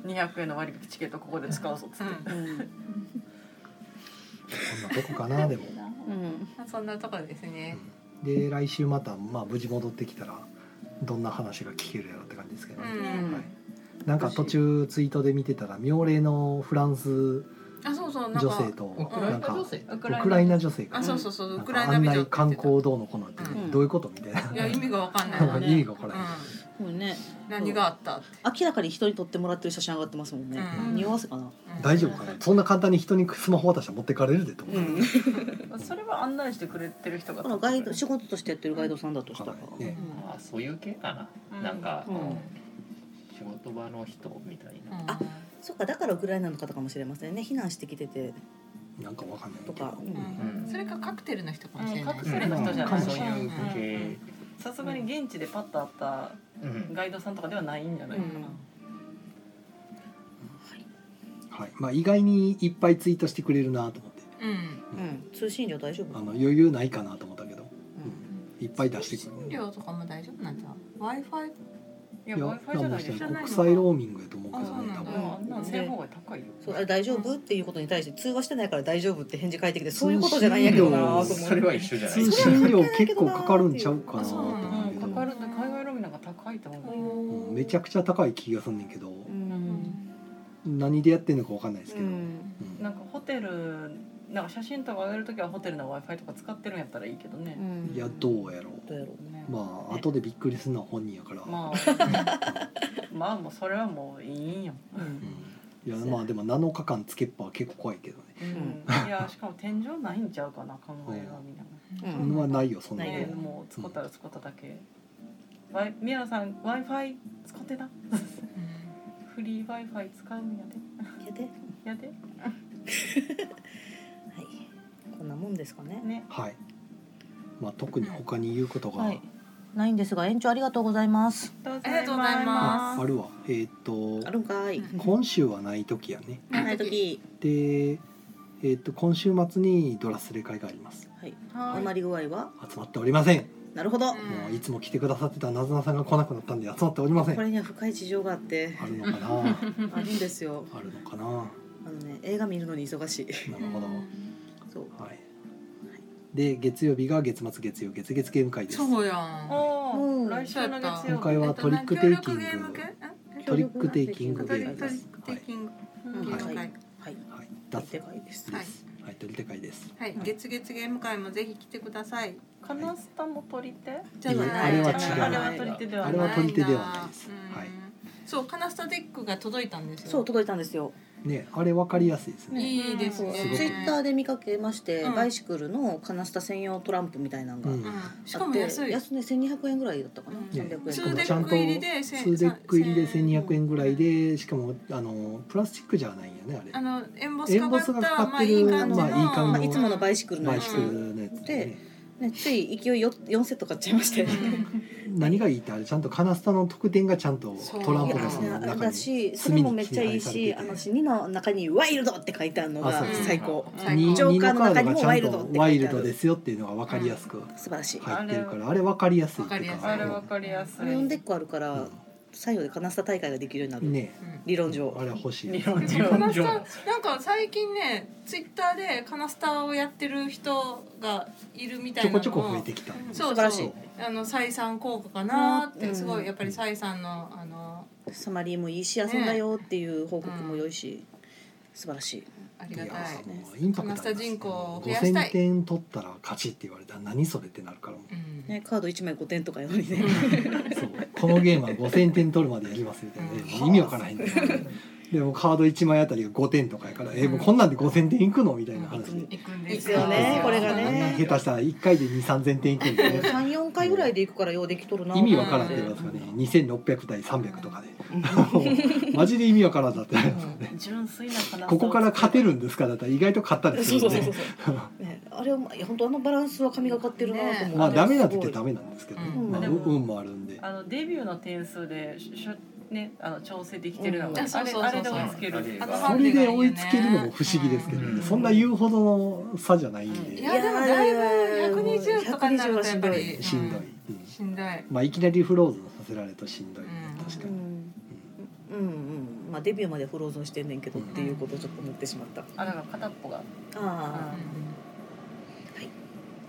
[SPEAKER 5] 200円の割引チケットここで使うぞっつって
[SPEAKER 1] うん
[SPEAKER 3] ーこんなとこかなでも
[SPEAKER 1] うん、
[SPEAKER 2] そんなところですね
[SPEAKER 3] で来週また、まあ、無事戻ってきたらどんな話が聞けるやろって感じですけど
[SPEAKER 2] う
[SPEAKER 3] ね、
[SPEAKER 2] ん、
[SPEAKER 3] はいなんか途中ツイートで見てたら妙齢のフランス
[SPEAKER 2] あそうそうなんか
[SPEAKER 3] 女性と
[SPEAKER 6] ウク
[SPEAKER 3] な
[SPEAKER 6] ライ
[SPEAKER 3] ん
[SPEAKER 6] ナ
[SPEAKER 3] か
[SPEAKER 6] 女
[SPEAKER 3] ウ
[SPEAKER 6] 性
[SPEAKER 5] ウク
[SPEAKER 3] クライナ女性が
[SPEAKER 2] あそうそうそう
[SPEAKER 3] な
[SPEAKER 2] ウ
[SPEAKER 3] ん
[SPEAKER 2] クラ
[SPEAKER 3] か
[SPEAKER 2] イナ
[SPEAKER 3] 案
[SPEAKER 2] 美女っ
[SPEAKER 3] 内
[SPEAKER 2] て言
[SPEAKER 3] 観
[SPEAKER 2] ってた
[SPEAKER 3] 光どうのこうのって
[SPEAKER 2] うん
[SPEAKER 3] どういうことみたいな、
[SPEAKER 2] いや意味がわかんない
[SPEAKER 3] な
[SPEAKER 2] わ
[SPEAKER 3] んか
[SPEAKER 2] ね
[SPEAKER 3] 意味が分からない、
[SPEAKER 2] う
[SPEAKER 1] もうね
[SPEAKER 2] ん何があったって
[SPEAKER 1] 明らかに人に撮ってもらってる写真上がってますもんね、
[SPEAKER 2] うん
[SPEAKER 1] 匂わせかな
[SPEAKER 2] うん
[SPEAKER 3] 大丈夫かなそんな簡単に人にスマホ渡したら持ってかれるでと思う、
[SPEAKER 1] うん
[SPEAKER 5] それは案内してくれてる人が
[SPEAKER 1] まあガイド仕事としてやってるガイドさんだとしたら、
[SPEAKER 3] ね
[SPEAKER 6] あそういう系かな、
[SPEAKER 5] うん
[SPEAKER 6] なんか、
[SPEAKER 1] うん
[SPEAKER 6] 仕事場の人みたいな、
[SPEAKER 2] うん
[SPEAKER 1] あそっかだからウクライナの方かもしれませんね避難してきてて
[SPEAKER 3] なんかわかんない
[SPEAKER 1] と
[SPEAKER 3] けど
[SPEAKER 1] か、う
[SPEAKER 2] うんんそれかカクテルの人かもしれない、
[SPEAKER 5] うんカク
[SPEAKER 6] うん
[SPEAKER 5] テルの人じゃない
[SPEAKER 6] そういう系、
[SPEAKER 5] さすがに現地でパッと会った
[SPEAKER 6] うん
[SPEAKER 5] ガイドさんとかではないんじゃないかな、
[SPEAKER 3] はいまあ、意外にいっぱいツイートしてくれるなと思って
[SPEAKER 2] うん
[SPEAKER 1] うん、通信料大丈夫
[SPEAKER 3] あの余裕ないかなと思ったけど、うんいっぱい出してく
[SPEAKER 2] 診
[SPEAKER 3] る、
[SPEAKER 2] 療とかも大丈夫なんじゃ Wi-Fi
[SPEAKER 5] いや
[SPEAKER 3] いや
[SPEAKER 5] w i
[SPEAKER 3] も
[SPEAKER 5] f i じゃないで
[SPEAKER 3] し
[SPEAKER 5] し
[SPEAKER 2] じ
[SPEAKER 5] ょ
[SPEAKER 2] ゃ
[SPEAKER 3] た
[SPEAKER 2] ない
[SPEAKER 3] ら
[SPEAKER 2] のか
[SPEAKER 3] 国際ローミングやと思うけ
[SPEAKER 2] あ
[SPEAKER 3] ど
[SPEAKER 2] そう
[SPEAKER 3] ね
[SPEAKER 2] な
[SPEAKER 3] 多
[SPEAKER 2] んだ
[SPEAKER 5] う
[SPEAKER 3] 分
[SPEAKER 5] んあんなの正方が高いよ
[SPEAKER 1] そうあれ大丈夫っていうことに対して通話してないから大丈夫って返事返ってきてそういうことじゃないんやけどなと思
[SPEAKER 3] あ
[SPEAKER 1] っ
[SPEAKER 3] そ
[SPEAKER 1] て
[SPEAKER 3] う
[SPEAKER 6] それは一緒じゃない
[SPEAKER 3] 通信料結構かかるんちゃうかなと思う
[SPEAKER 5] う
[SPEAKER 3] け
[SPEAKER 5] ん
[SPEAKER 3] ど、
[SPEAKER 5] かかるって海外ロビーなんか高いと思う
[SPEAKER 3] うんめちゃくちゃ高い気がすんねんけど、
[SPEAKER 1] うん
[SPEAKER 3] 何でやってんのかわかんないです
[SPEAKER 1] う
[SPEAKER 3] けど、うん
[SPEAKER 1] ん
[SPEAKER 5] なんかホテルなんか写真とか上げるときはホテルの w i f i とか使ってるんやったらいいけどね、
[SPEAKER 1] うん
[SPEAKER 3] いやどうやろ
[SPEAKER 1] どうやろう
[SPEAKER 5] ね
[SPEAKER 3] うまあ後でびっくりするのは本人やから、
[SPEAKER 5] まあまあもうそれはもういいんよ、
[SPEAKER 3] うん、いやまあでも7日間つけっぱは結構怖いけどね、
[SPEAKER 5] いやしかも天井ないんちゃうかな考えるみたい
[SPEAKER 1] うん
[SPEAKER 3] はないよそん
[SPEAKER 5] な、
[SPEAKER 3] な
[SPEAKER 1] ない
[SPEAKER 5] ね
[SPEAKER 1] よ
[SPEAKER 5] もう使ったら使っただけ、ワイ宮野さん w i f i 使ってなフリー w i f i 使うんやで
[SPEAKER 1] やでは
[SPEAKER 5] やで
[SPEAKER 1] いこんなもんですかね
[SPEAKER 5] ね
[SPEAKER 3] はい、まあ、特に他に言うことが、
[SPEAKER 5] はい
[SPEAKER 8] ないんですが延長ありがとうございます
[SPEAKER 5] あり
[SPEAKER 2] ありがとうございま
[SPEAKER 3] ああるわえーっと
[SPEAKER 1] あるんかい
[SPEAKER 3] 今週はない時やね
[SPEAKER 1] ない時
[SPEAKER 3] でえーっと今週末にドラスレ会があります
[SPEAKER 1] はい
[SPEAKER 2] は
[SPEAKER 1] 余り具合は
[SPEAKER 3] 集まっておりません、
[SPEAKER 1] なるほど
[SPEAKER 2] うん
[SPEAKER 3] もういつも来てくださってたなずなさんが来なくなったんで集まっておりません
[SPEAKER 1] こ
[SPEAKER 3] あ
[SPEAKER 1] れには深い事情があって
[SPEAKER 3] るのかな
[SPEAKER 1] あるんですよ
[SPEAKER 3] あるのかな
[SPEAKER 1] あのね映画見るのに忙しい
[SPEAKER 3] なるほど、
[SPEAKER 1] そう
[SPEAKER 3] はいで月曜日が月末月曜月月ゲーム会です
[SPEAKER 2] そうやん。
[SPEAKER 5] お
[SPEAKER 1] う
[SPEAKER 5] お
[SPEAKER 1] ん
[SPEAKER 5] 来週の
[SPEAKER 3] 今
[SPEAKER 5] 月曜
[SPEAKER 3] 回
[SPEAKER 5] 日
[SPEAKER 3] はトリックテイキング
[SPEAKER 2] 協力ゲーム系ん
[SPEAKER 3] トリックテイキング
[SPEAKER 2] ト
[SPEAKER 3] ゲ
[SPEAKER 2] リ
[SPEAKER 3] ー
[SPEAKER 2] ッ
[SPEAKER 3] ム
[SPEAKER 2] ク
[SPEAKER 3] で
[SPEAKER 2] テ
[SPEAKER 3] す
[SPEAKER 2] イキング
[SPEAKER 5] うん
[SPEAKER 2] ゲーム
[SPEAKER 1] は
[SPEAKER 2] 会
[SPEAKER 1] い。はい
[SPEAKER 3] はい、
[SPEAKER 1] 大
[SPEAKER 3] だ
[SPEAKER 1] 手会です
[SPEAKER 2] はい。
[SPEAKER 3] はい、取り手会です。
[SPEAKER 2] はい。月月ゲーム会もぜひ来てください。
[SPEAKER 5] カナスタも取り手
[SPEAKER 2] じゃない
[SPEAKER 3] あれは違う
[SPEAKER 5] あれは取り手では
[SPEAKER 3] あ
[SPEAKER 5] な
[SPEAKER 3] れ
[SPEAKER 5] い
[SPEAKER 3] は取り手ではないです
[SPEAKER 2] うん
[SPEAKER 3] はい
[SPEAKER 2] そうカナスタデックが届いたんですよ。
[SPEAKER 1] そう届いたんですよ
[SPEAKER 3] ね、あれわかりやすいですね。
[SPEAKER 2] いいです
[SPEAKER 1] そう
[SPEAKER 2] ね。
[SPEAKER 1] ツイッターで見かけまして、
[SPEAKER 2] うん
[SPEAKER 1] バイシクルのカナスタ専用トランプみたいなのが、
[SPEAKER 3] うん
[SPEAKER 2] うん。しかも安い。
[SPEAKER 1] 安値千二百円ぐらいだったかな。
[SPEAKER 2] うん
[SPEAKER 1] 三百
[SPEAKER 2] ね
[SPEAKER 1] 円
[SPEAKER 3] し
[SPEAKER 1] と
[SPEAKER 3] か
[SPEAKER 1] か
[SPEAKER 3] も
[SPEAKER 2] ツーデ
[SPEAKER 3] ちゃん
[SPEAKER 2] ッ
[SPEAKER 3] と
[SPEAKER 2] ク入りで
[SPEAKER 3] ツ
[SPEAKER 2] 千
[SPEAKER 3] ーデック入りで
[SPEAKER 2] 千
[SPEAKER 3] 1200円ぐらいでしかもあのプラスチックじゃないよねあ
[SPEAKER 2] あ
[SPEAKER 3] れ
[SPEAKER 2] のエンボスかかった
[SPEAKER 3] エンボスがかかってる
[SPEAKER 2] まあいい感じの
[SPEAKER 3] まあいい感じの
[SPEAKER 1] まあいつものバイ
[SPEAKER 2] シ
[SPEAKER 1] シクルの
[SPEAKER 3] バ
[SPEAKER 1] や
[SPEAKER 3] イ
[SPEAKER 1] つ
[SPEAKER 3] シクルのやつでね
[SPEAKER 1] ねつい勢いよ四セット買っちゃいまして、
[SPEAKER 2] うん
[SPEAKER 3] 何がいいってあれちゃんとカナスタの特典がちゃんとトラン
[SPEAKER 1] い
[SPEAKER 3] プ
[SPEAKER 1] や
[SPEAKER 3] ラスの
[SPEAKER 1] あ
[SPEAKER 3] 中
[SPEAKER 1] だ
[SPEAKER 3] に
[SPEAKER 1] しそれもめっちゃいいしあの
[SPEAKER 3] 隅
[SPEAKER 1] 2の中に「ワイルド!」って書いてあるの
[SPEAKER 3] あそ
[SPEAKER 1] が
[SPEAKER 3] う
[SPEAKER 1] 最高
[SPEAKER 2] 最
[SPEAKER 3] に
[SPEAKER 2] 高
[SPEAKER 1] ジョーカーの中にも
[SPEAKER 3] 二のカードがちゃんとワ
[SPEAKER 1] ワ
[SPEAKER 3] イ
[SPEAKER 1] イ
[SPEAKER 3] ル
[SPEAKER 1] ル
[SPEAKER 3] ド
[SPEAKER 1] ド
[SPEAKER 3] で
[SPEAKER 1] です
[SPEAKER 3] よっていうのが分かりやすく
[SPEAKER 1] 素晴らしい
[SPEAKER 3] 入ってるからあれ分かりやすいっていう
[SPEAKER 2] あ
[SPEAKER 5] あれ
[SPEAKER 2] れ
[SPEAKER 5] わ
[SPEAKER 2] わ
[SPEAKER 5] かりやすい。
[SPEAKER 1] 4デッ個あるから最後でカナスタ大会ができるようにな
[SPEAKER 3] う
[SPEAKER 1] る
[SPEAKER 3] んね
[SPEAKER 1] 理論上
[SPEAKER 3] あれ欲しい
[SPEAKER 5] 理論
[SPEAKER 2] カ
[SPEAKER 5] 上。
[SPEAKER 2] ナスタなんか最近ねツイッターでカナスタをやってる人がいるみたい
[SPEAKER 3] ちょ
[SPEAKER 2] な
[SPEAKER 3] こ
[SPEAKER 2] のを
[SPEAKER 3] ちょこ増えてきた
[SPEAKER 2] そう
[SPEAKER 1] 素晴らし
[SPEAKER 2] そ
[SPEAKER 1] いう
[SPEAKER 2] あの採算効果かなーっ
[SPEAKER 1] う
[SPEAKER 2] て
[SPEAKER 1] ん
[SPEAKER 2] すごいやっぱり採算のあの
[SPEAKER 1] サマリーもいいし遊んだよっていう報告も良いし素晴らしい
[SPEAKER 2] あり
[SPEAKER 3] い
[SPEAKER 2] が
[SPEAKER 3] や
[SPEAKER 2] たい。
[SPEAKER 3] もうインパクトあります
[SPEAKER 2] カナスタ人口を増やしたい
[SPEAKER 3] 5000点取ったら勝ちって言われたら何それってなるからもう
[SPEAKER 2] うん
[SPEAKER 1] ねカード1枚5点とかよりね
[SPEAKER 3] そうこのゲームは5000点取るまでやりますみたいなね意味わからへんねんでもカード1枚あたりが5点とかやからえもうこんなんで5000点いくのみたいな話で
[SPEAKER 2] 行くんです
[SPEAKER 1] 行くよねこれがね
[SPEAKER 3] 下手したら1回で23000点いくんでね
[SPEAKER 1] 34回ぐらいで行くからようできとるな
[SPEAKER 3] 意味わからんって言いますかね2600対300とかで もうマジで意味わからんだってなりますよね
[SPEAKER 5] 純粋な話。
[SPEAKER 3] ここから勝てるんですかだったら意外と勝ったりす
[SPEAKER 1] そうそ
[SPEAKER 3] るん
[SPEAKER 1] うそう
[SPEAKER 3] で
[SPEAKER 1] そう そう、ね、あれはいや本当あのバランスは神がかってるなと思う、
[SPEAKER 3] まあダメな時はダメなんですけどね
[SPEAKER 1] うん
[SPEAKER 3] まあ
[SPEAKER 5] で
[SPEAKER 3] 運
[SPEAKER 5] も
[SPEAKER 3] 運もあるんで
[SPEAKER 5] あのデビューの点数でししょねあの調整できてるの
[SPEAKER 1] うん
[SPEAKER 5] が、あれ
[SPEAKER 2] そうそうそうそう
[SPEAKER 5] あれで追いつける。
[SPEAKER 6] あと
[SPEAKER 3] それで追いつけるのも不思議ですけどね、
[SPEAKER 6] うん
[SPEAKER 3] そんな言うほどの差じゃないん
[SPEAKER 2] い
[SPEAKER 3] で、
[SPEAKER 2] やでもだいぶ120とかになるとやっぱり
[SPEAKER 3] しんどい、
[SPEAKER 2] う
[SPEAKER 3] うん
[SPEAKER 2] しんどい。
[SPEAKER 3] まあ、いきなりフローズンさせられるとしんどいね、
[SPEAKER 2] うん
[SPEAKER 3] 確か
[SPEAKER 1] う
[SPEAKER 3] に、
[SPEAKER 1] んうんうんまあデビューまでフローズンしてんねんけどっていうことをちょっと思ってしまった、
[SPEAKER 5] あだから片っぽが。
[SPEAKER 1] あ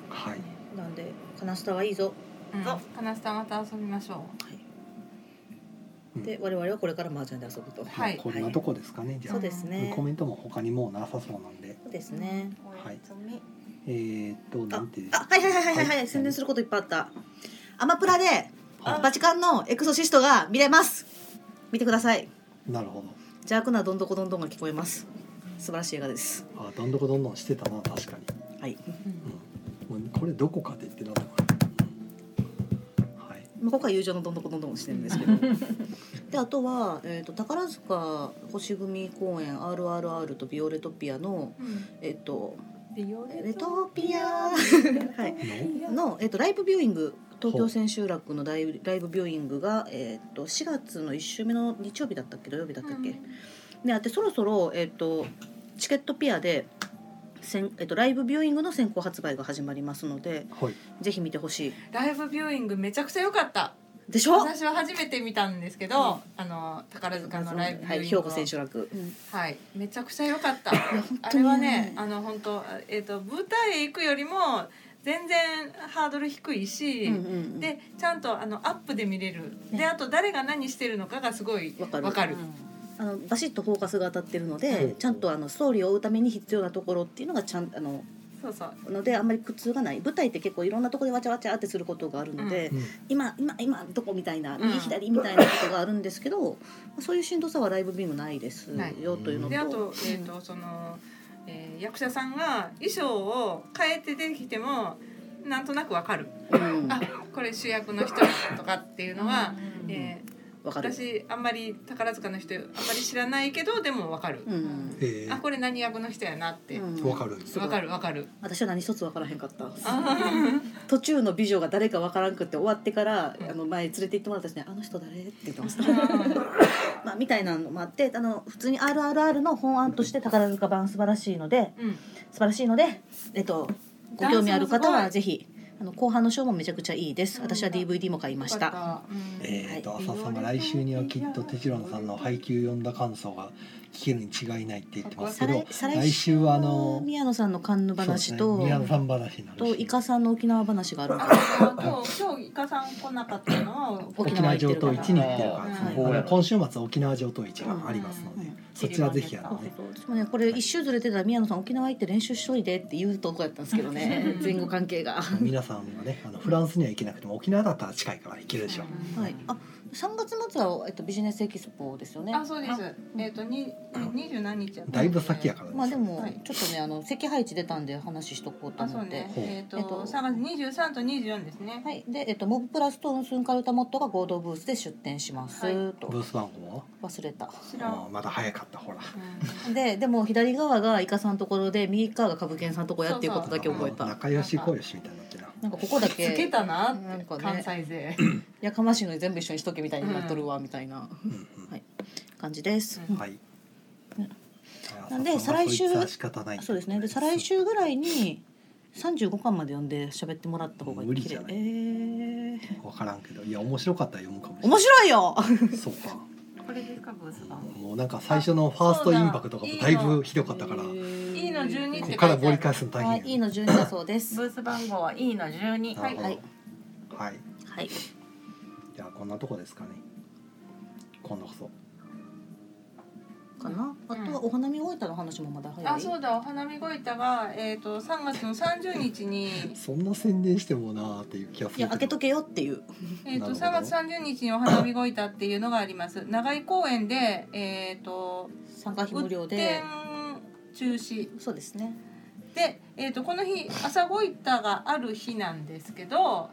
[SPEAKER 3] はい
[SPEAKER 1] あなんでカナスタはいいぞ、
[SPEAKER 2] うん
[SPEAKER 1] あ
[SPEAKER 2] カナスタまた遊びましょ
[SPEAKER 3] うん
[SPEAKER 1] で我々はこれから麻雀で遊ぶと、
[SPEAKER 2] はい
[SPEAKER 3] まあこんなとこですかね、じゃあ
[SPEAKER 1] そうですね
[SPEAKER 3] コメントも他にもうなさそうなんで
[SPEAKER 1] そうですね
[SPEAKER 3] はいえー、っとなんて
[SPEAKER 1] あはいはいはいはいはい、
[SPEAKER 3] はい
[SPEAKER 1] 宣伝することいっぱいあったアマプラで
[SPEAKER 3] あ
[SPEAKER 1] バチカンのエクソシストが見れます見てください
[SPEAKER 3] なるほ
[SPEAKER 1] 邪悪などんどこどんどんが聞こえます素晴らしい映画です
[SPEAKER 3] どあどんどこどんどんしてたな確かに、
[SPEAKER 1] はい
[SPEAKER 3] うん、もうこれどこかで言ってなかったなはい
[SPEAKER 1] まあ今回友情のどんどこどんどんをしてるんですけ どであとは、えー、と宝塚星組公演 RRR とビオレトピアの
[SPEAKER 2] う。うん
[SPEAKER 1] えっ、と
[SPEAKER 2] ビオ
[SPEAKER 1] レ
[SPEAKER 2] レト
[SPEAKER 1] トピア、はい、の、えっとライブビューイング東京千秋楽のライブライブビューイングが、えっと4月の1週目の日曜日だったっけ土曜日だったっけ、であってそろそろ、えっとチケットピアで、先えっとライブビューイングの先行発売が始まりますので
[SPEAKER 3] はい
[SPEAKER 1] ぜひ見てほしい
[SPEAKER 2] ライブビューイングめちゃくちゃ良かった。
[SPEAKER 1] でしょ
[SPEAKER 2] 私は初めて見たんですけど、あの宝塚のライブビュ
[SPEAKER 1] は
[SPEAKER 2] ーイングを。
[SPEAKER 1] い、兵庫千秋楽、
[SPEAKER 2] はい、めちゃくちゃ良かった。
[SPEAKER 1] 本
[SPEAKER 2] あ
[SPEAKER 1] 当
[SPEAKER 2] れ
[SPEAKER 1] に
[SPEAKER 2] はね、あの本当、えっ、と、舞台へ行くよりも、全然ハードル低いし。
[SPEAKER 1] うんうんうん
[SPEAKER 2] で、ちゃんと、あの、アップで見れる。で、あと、誰が何してるのかがすごい、
[SPEAKER 1] わかる
[SPEAKER 2] わかる。
[SPEAKER 1] あのバシッとフォーカスが当たってるので、
[SPEAKER 3] うん
[SPEAKER 1] ちゃんとあのストーリーを追うために必要なところっていうのがちゃんあの
[SPEAKER 2] そうそう。
[SPEAKER 1] のであんまり苦痛がない舞台って結構いろんなところでわちゃわちゃってすることがあるので、
[SPEAKER 3] うん
[SPEAKER 1] 今今今どこみたいな
[SPEAKER 2] うん
[SPEAKER 1] 右左みたいなことがあるんですけど、そういうしんどさはライブビームないですよというのと、
[SPEAKER 2] で、あと、えっ、と、その。えー役者さんが衣装を変えて出てきてもなんとなくわかる
[SPEAKER 1] うん、
[SPEAKER 2] あこれ主役の人だとかっていうのは、
[SPEAKER 5] うん
[SPEAKER 2] えー
[SPEAKER 1] わかる。
[SPEAKER 2] 私あんまり宝塚の人あんまり知らないけどでもわかる、
[SPEAKER 1] うん、
[SPEAKER 3] え
[SPEAKER 2] あこれ何役の人やなって、
[SPEAKER 1] うん
[SPEAKER 3] わかるんです
[SPEAKER 1] すご
[SPEAKER 2] わ
[SPEAKER 1] い
[SPEAKER 2] かるわかる
[SPEAKER 1] 私は何一つわからへんかった
[SPEAKER 2] あ
[SPEAKER 1] 途中の美女が誰かわからんくって終わってから、
[SPEAKER 2] うん
[SPEAKER 1] あの前連れて行ってもらった人に「あの人誰?」って言ってました、 まあ、みたいなのもあってあの普通に「RRR」の本案として宝塚版素晴らしいので
[SPEAKER 2] うん
[SPEAKER 1] 素晴らしいので、えっと、ご興味ある方はぜひあの後半のショーもめちゃくちゃいいです私は DVD も買いまし
[SPEAKER 2] よ
[SPEAKER 1] た。
[SPEAKER 2] かったうん
[SPEAKER 3] えー、と朝さんが来週にはきっとテチロンさんの配給読んだ感想が聞けるに違いないって言ってます
[SPEAKER 1] 再
[SPEAKER 3] け
[SPEAKER 1] 来
[SPEAKER 3] ど
[SPEAKER 1] 再
[SPEAKER 3] 来週はあの
[SPEAKER 1] 宮野さんのカンヌ話
[SPEAKER 3] そう
[SPEAKER 1] と、
[SPEAKER 3] ですね宮野さん話になる
[SPEAKER 1] と
[SPEAKER 3] し
[SPEAKER 1] イカさんの沖縄話があるから
[SPEAKER 2] あ今日今日イカさん来なかったのは
[SPEAKER 1] 沖
[SPEAKER 3] 沖
[SPEAKER 1] 縄
[SPEAKER 3] 縄
[SPEAKER 1] 行っ
[SPEAKER 3] 上
[SPEAKER 1] てるか
[SPEAKER 3] 等
[SPEAKER 1] ら
[SPEAKER 3] 一に行ってるからですね、
[SPEAKER 1] はい
[SPEAKER 3] あの今週末は沖縄上等一がありますので、
[SPEAKER 1] うん
[SPEAKER 3] そちらぜひあのね
[SPEAKER 1] そうそう私もねこれ一周ずれてたら宮野さん沖縄行って練習しといてって言うとこやったんですけどね 前後関係が。
[SPEAKER 3] 皆さんはねあのフランスには行けなくても沖縄だったら近いから行けるでしょう、
[SPEAKER 1] はい、あ3月末は、えっと、ビジネスエキスポですよね
[SPEAKER 2] あそうですえっ、とに二十何日やった
[SPEAKER 3] だいぶ先やから
[SPEAKER 1] まあでも
[SPEAKER 2] はい
[SPEAKER 1] ちょっとねあの席配置出たんで話しとこうと
[SPEAKER 2] あ、そ
[SPEAKER 1] 思
[SPEAKER 2] う
[SPEAKER 1] って
[SPEAKER 2] ね。。
[SPEAKER 3] ほう
[SPEAKER 2] えっ、
[SPEAKER 1] えっ
[SPEAKER 2] と、
[SPEAKER 1] と
[SPEAKER 2] 三月二十三と二十四ですね。
[SPEAKER 1] はい、で、えっと、モブプラスとウンスンカルタモットが合同ブースで出店します、
[SPEAKER 2] はい
[SPEAKER 1] と
[SPEAKER 3] ブース番号は
[SPEAKER 1] 忘れた
[SPEAKER 2] 知らん
[SPEAKER 3] あーまだ早かったほら
[SPEAKER 1] ででも左側がイカさんのところで右側が株券さんのとこやっていうことだけ覚えた
[SPEAKER 3] 仲良し小良しみたいになってな
[SPEAKER 1] なんかここだ
[SPEAKER 2] つけ
[SPEAKER 1] け
[SPEAKER 2] たなって
[SPEAKER 1] なんか
[SPEAKER 2] 関
[SPEAKER 1] ね
[SPEAKER 2] 西勢。
[SPEAKER 1] やかましいのに全部一緒にしとけみたいになっとるわみたいな
[SPEAKER 3] うんうん
[SPEAKER 1] 感じです、
[SPEAKER 2] うん
[SPEAKER 3] はい。
[SPEAKER 1] なんで再来週
[SPEAKER 3] は仕方ない。
[SPEAKER 1] そうですねで再来週ぐらいに35巻まで読んで喋ってもらった方が
[SPEAKER 3] 無理
[SPEAKER 1] 綺
[SPEAKER 3] じ
[SPEAKER 1] 麗
[SPEAKER 3] ゃない
[SPEAKER 1] えー、
[SPEAKER 3] わからんけど、いや面白かったら読むかもしれな
[SPEAKER 1] 面
[SPEAKER 3] い。
[SPEAKER 1] 白いよ
[SPEAKER 3] そうか。
[SPEAKER 2] これでかブース番
[SPEAKER 3] もうなんか最初のファーストインパクトがだいぶひどかったから、こ
[SPEAKER 2] いいの十二って
[SPEAKER 3] こ
[SPEAKER 2] 書い
[SPEAKER 3] か
[SPEAKER 2] てあ
[SPEAKER 3] ら盛り
[SPEAKER 2] る。
[SPEAKER 3] 返すの大
[SPEAKER 1] はい
[SPEAKER 3] 変。
[SPEAKER 1] いいの順だそうです
[SPEAKER 5] ブース番号は E の十二。
[SPEAKER 3] なるほど
[SPEAKER 1] は
[SPEAKER 3] はいい。はい。
[SPEAKER 1] はい
[SPEAKER 3] じゃあこんなとこですかね。今度こそ。
[SPEAKER 1] かなあとはお花見終えたの話もまだ早い
[SPEAKER 2] あ、そうだ。お花見ごいたが、えっ、と、三月の三十日に。
[SPEAKER 3] そんな宣伝してもなーっていう気がする。
[SPEAKER 1] いや開けと。けよっていう
[SPEAKER 2] えっ、
[SPEAKER 3] な
[SPEAKER 2] と
[SPEAKER 3] るほど
[SPEAKER 2] 3月30日にお花見ごいたっていうのがあります。長井公園でえっ、と
[SPEAKER 1] 参加費無料
[SPEAKER 2] 売
[SPEAKER 1] で
[SPEAKER 2] 店中止
[SPEAKER 1] そうですね
[SPEAKER 2] でえっ、とこの日朝ごいたがある日なんですけど、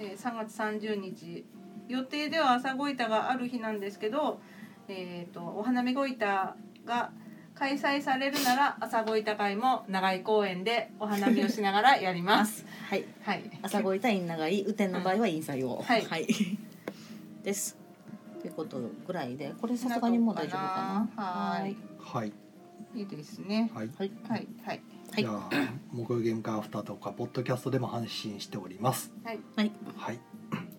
[SPEAKER 2] えー3月30日予定では朝ごいたがある日なんですけど、えっ、とお花見ごいたが開催されるなら朝ごいた会も長井公園でお花見をしながらやります。
[SPEAKER 1] はい
[SPEAKER 2] はい。
[SPEAKER 1] 朝ごいたインナガイ雨天の場合はインサイを
[SPEAKER 2] はい
[SPEAKER 1] ですということぐらいでこれさすがにもう大丈夫かな
[SPEAKER 2] はーい。
[SPEAKER 3] はい
[SPEAKER 2] いいですね。
[SPEAKER 3] はい。
[SPEAKER 1] はい
[SPEAKER 2] はいはい。
[SPEAKER 1] はい
[SPEAKER 3] じゃあ木曜ゲーム会アフターとかポッドキャストでも配信しております。
[SPEAKER 1] はい
[SPEAKER 3] はい。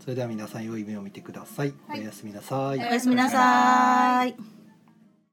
[SPEAKER 3] それでは皆さん良い夢を見てください。
[SPEAKER 2] はい
[SPEAKER 3] おやすみなさい。
[SPEAKER 1] おやすみなさーい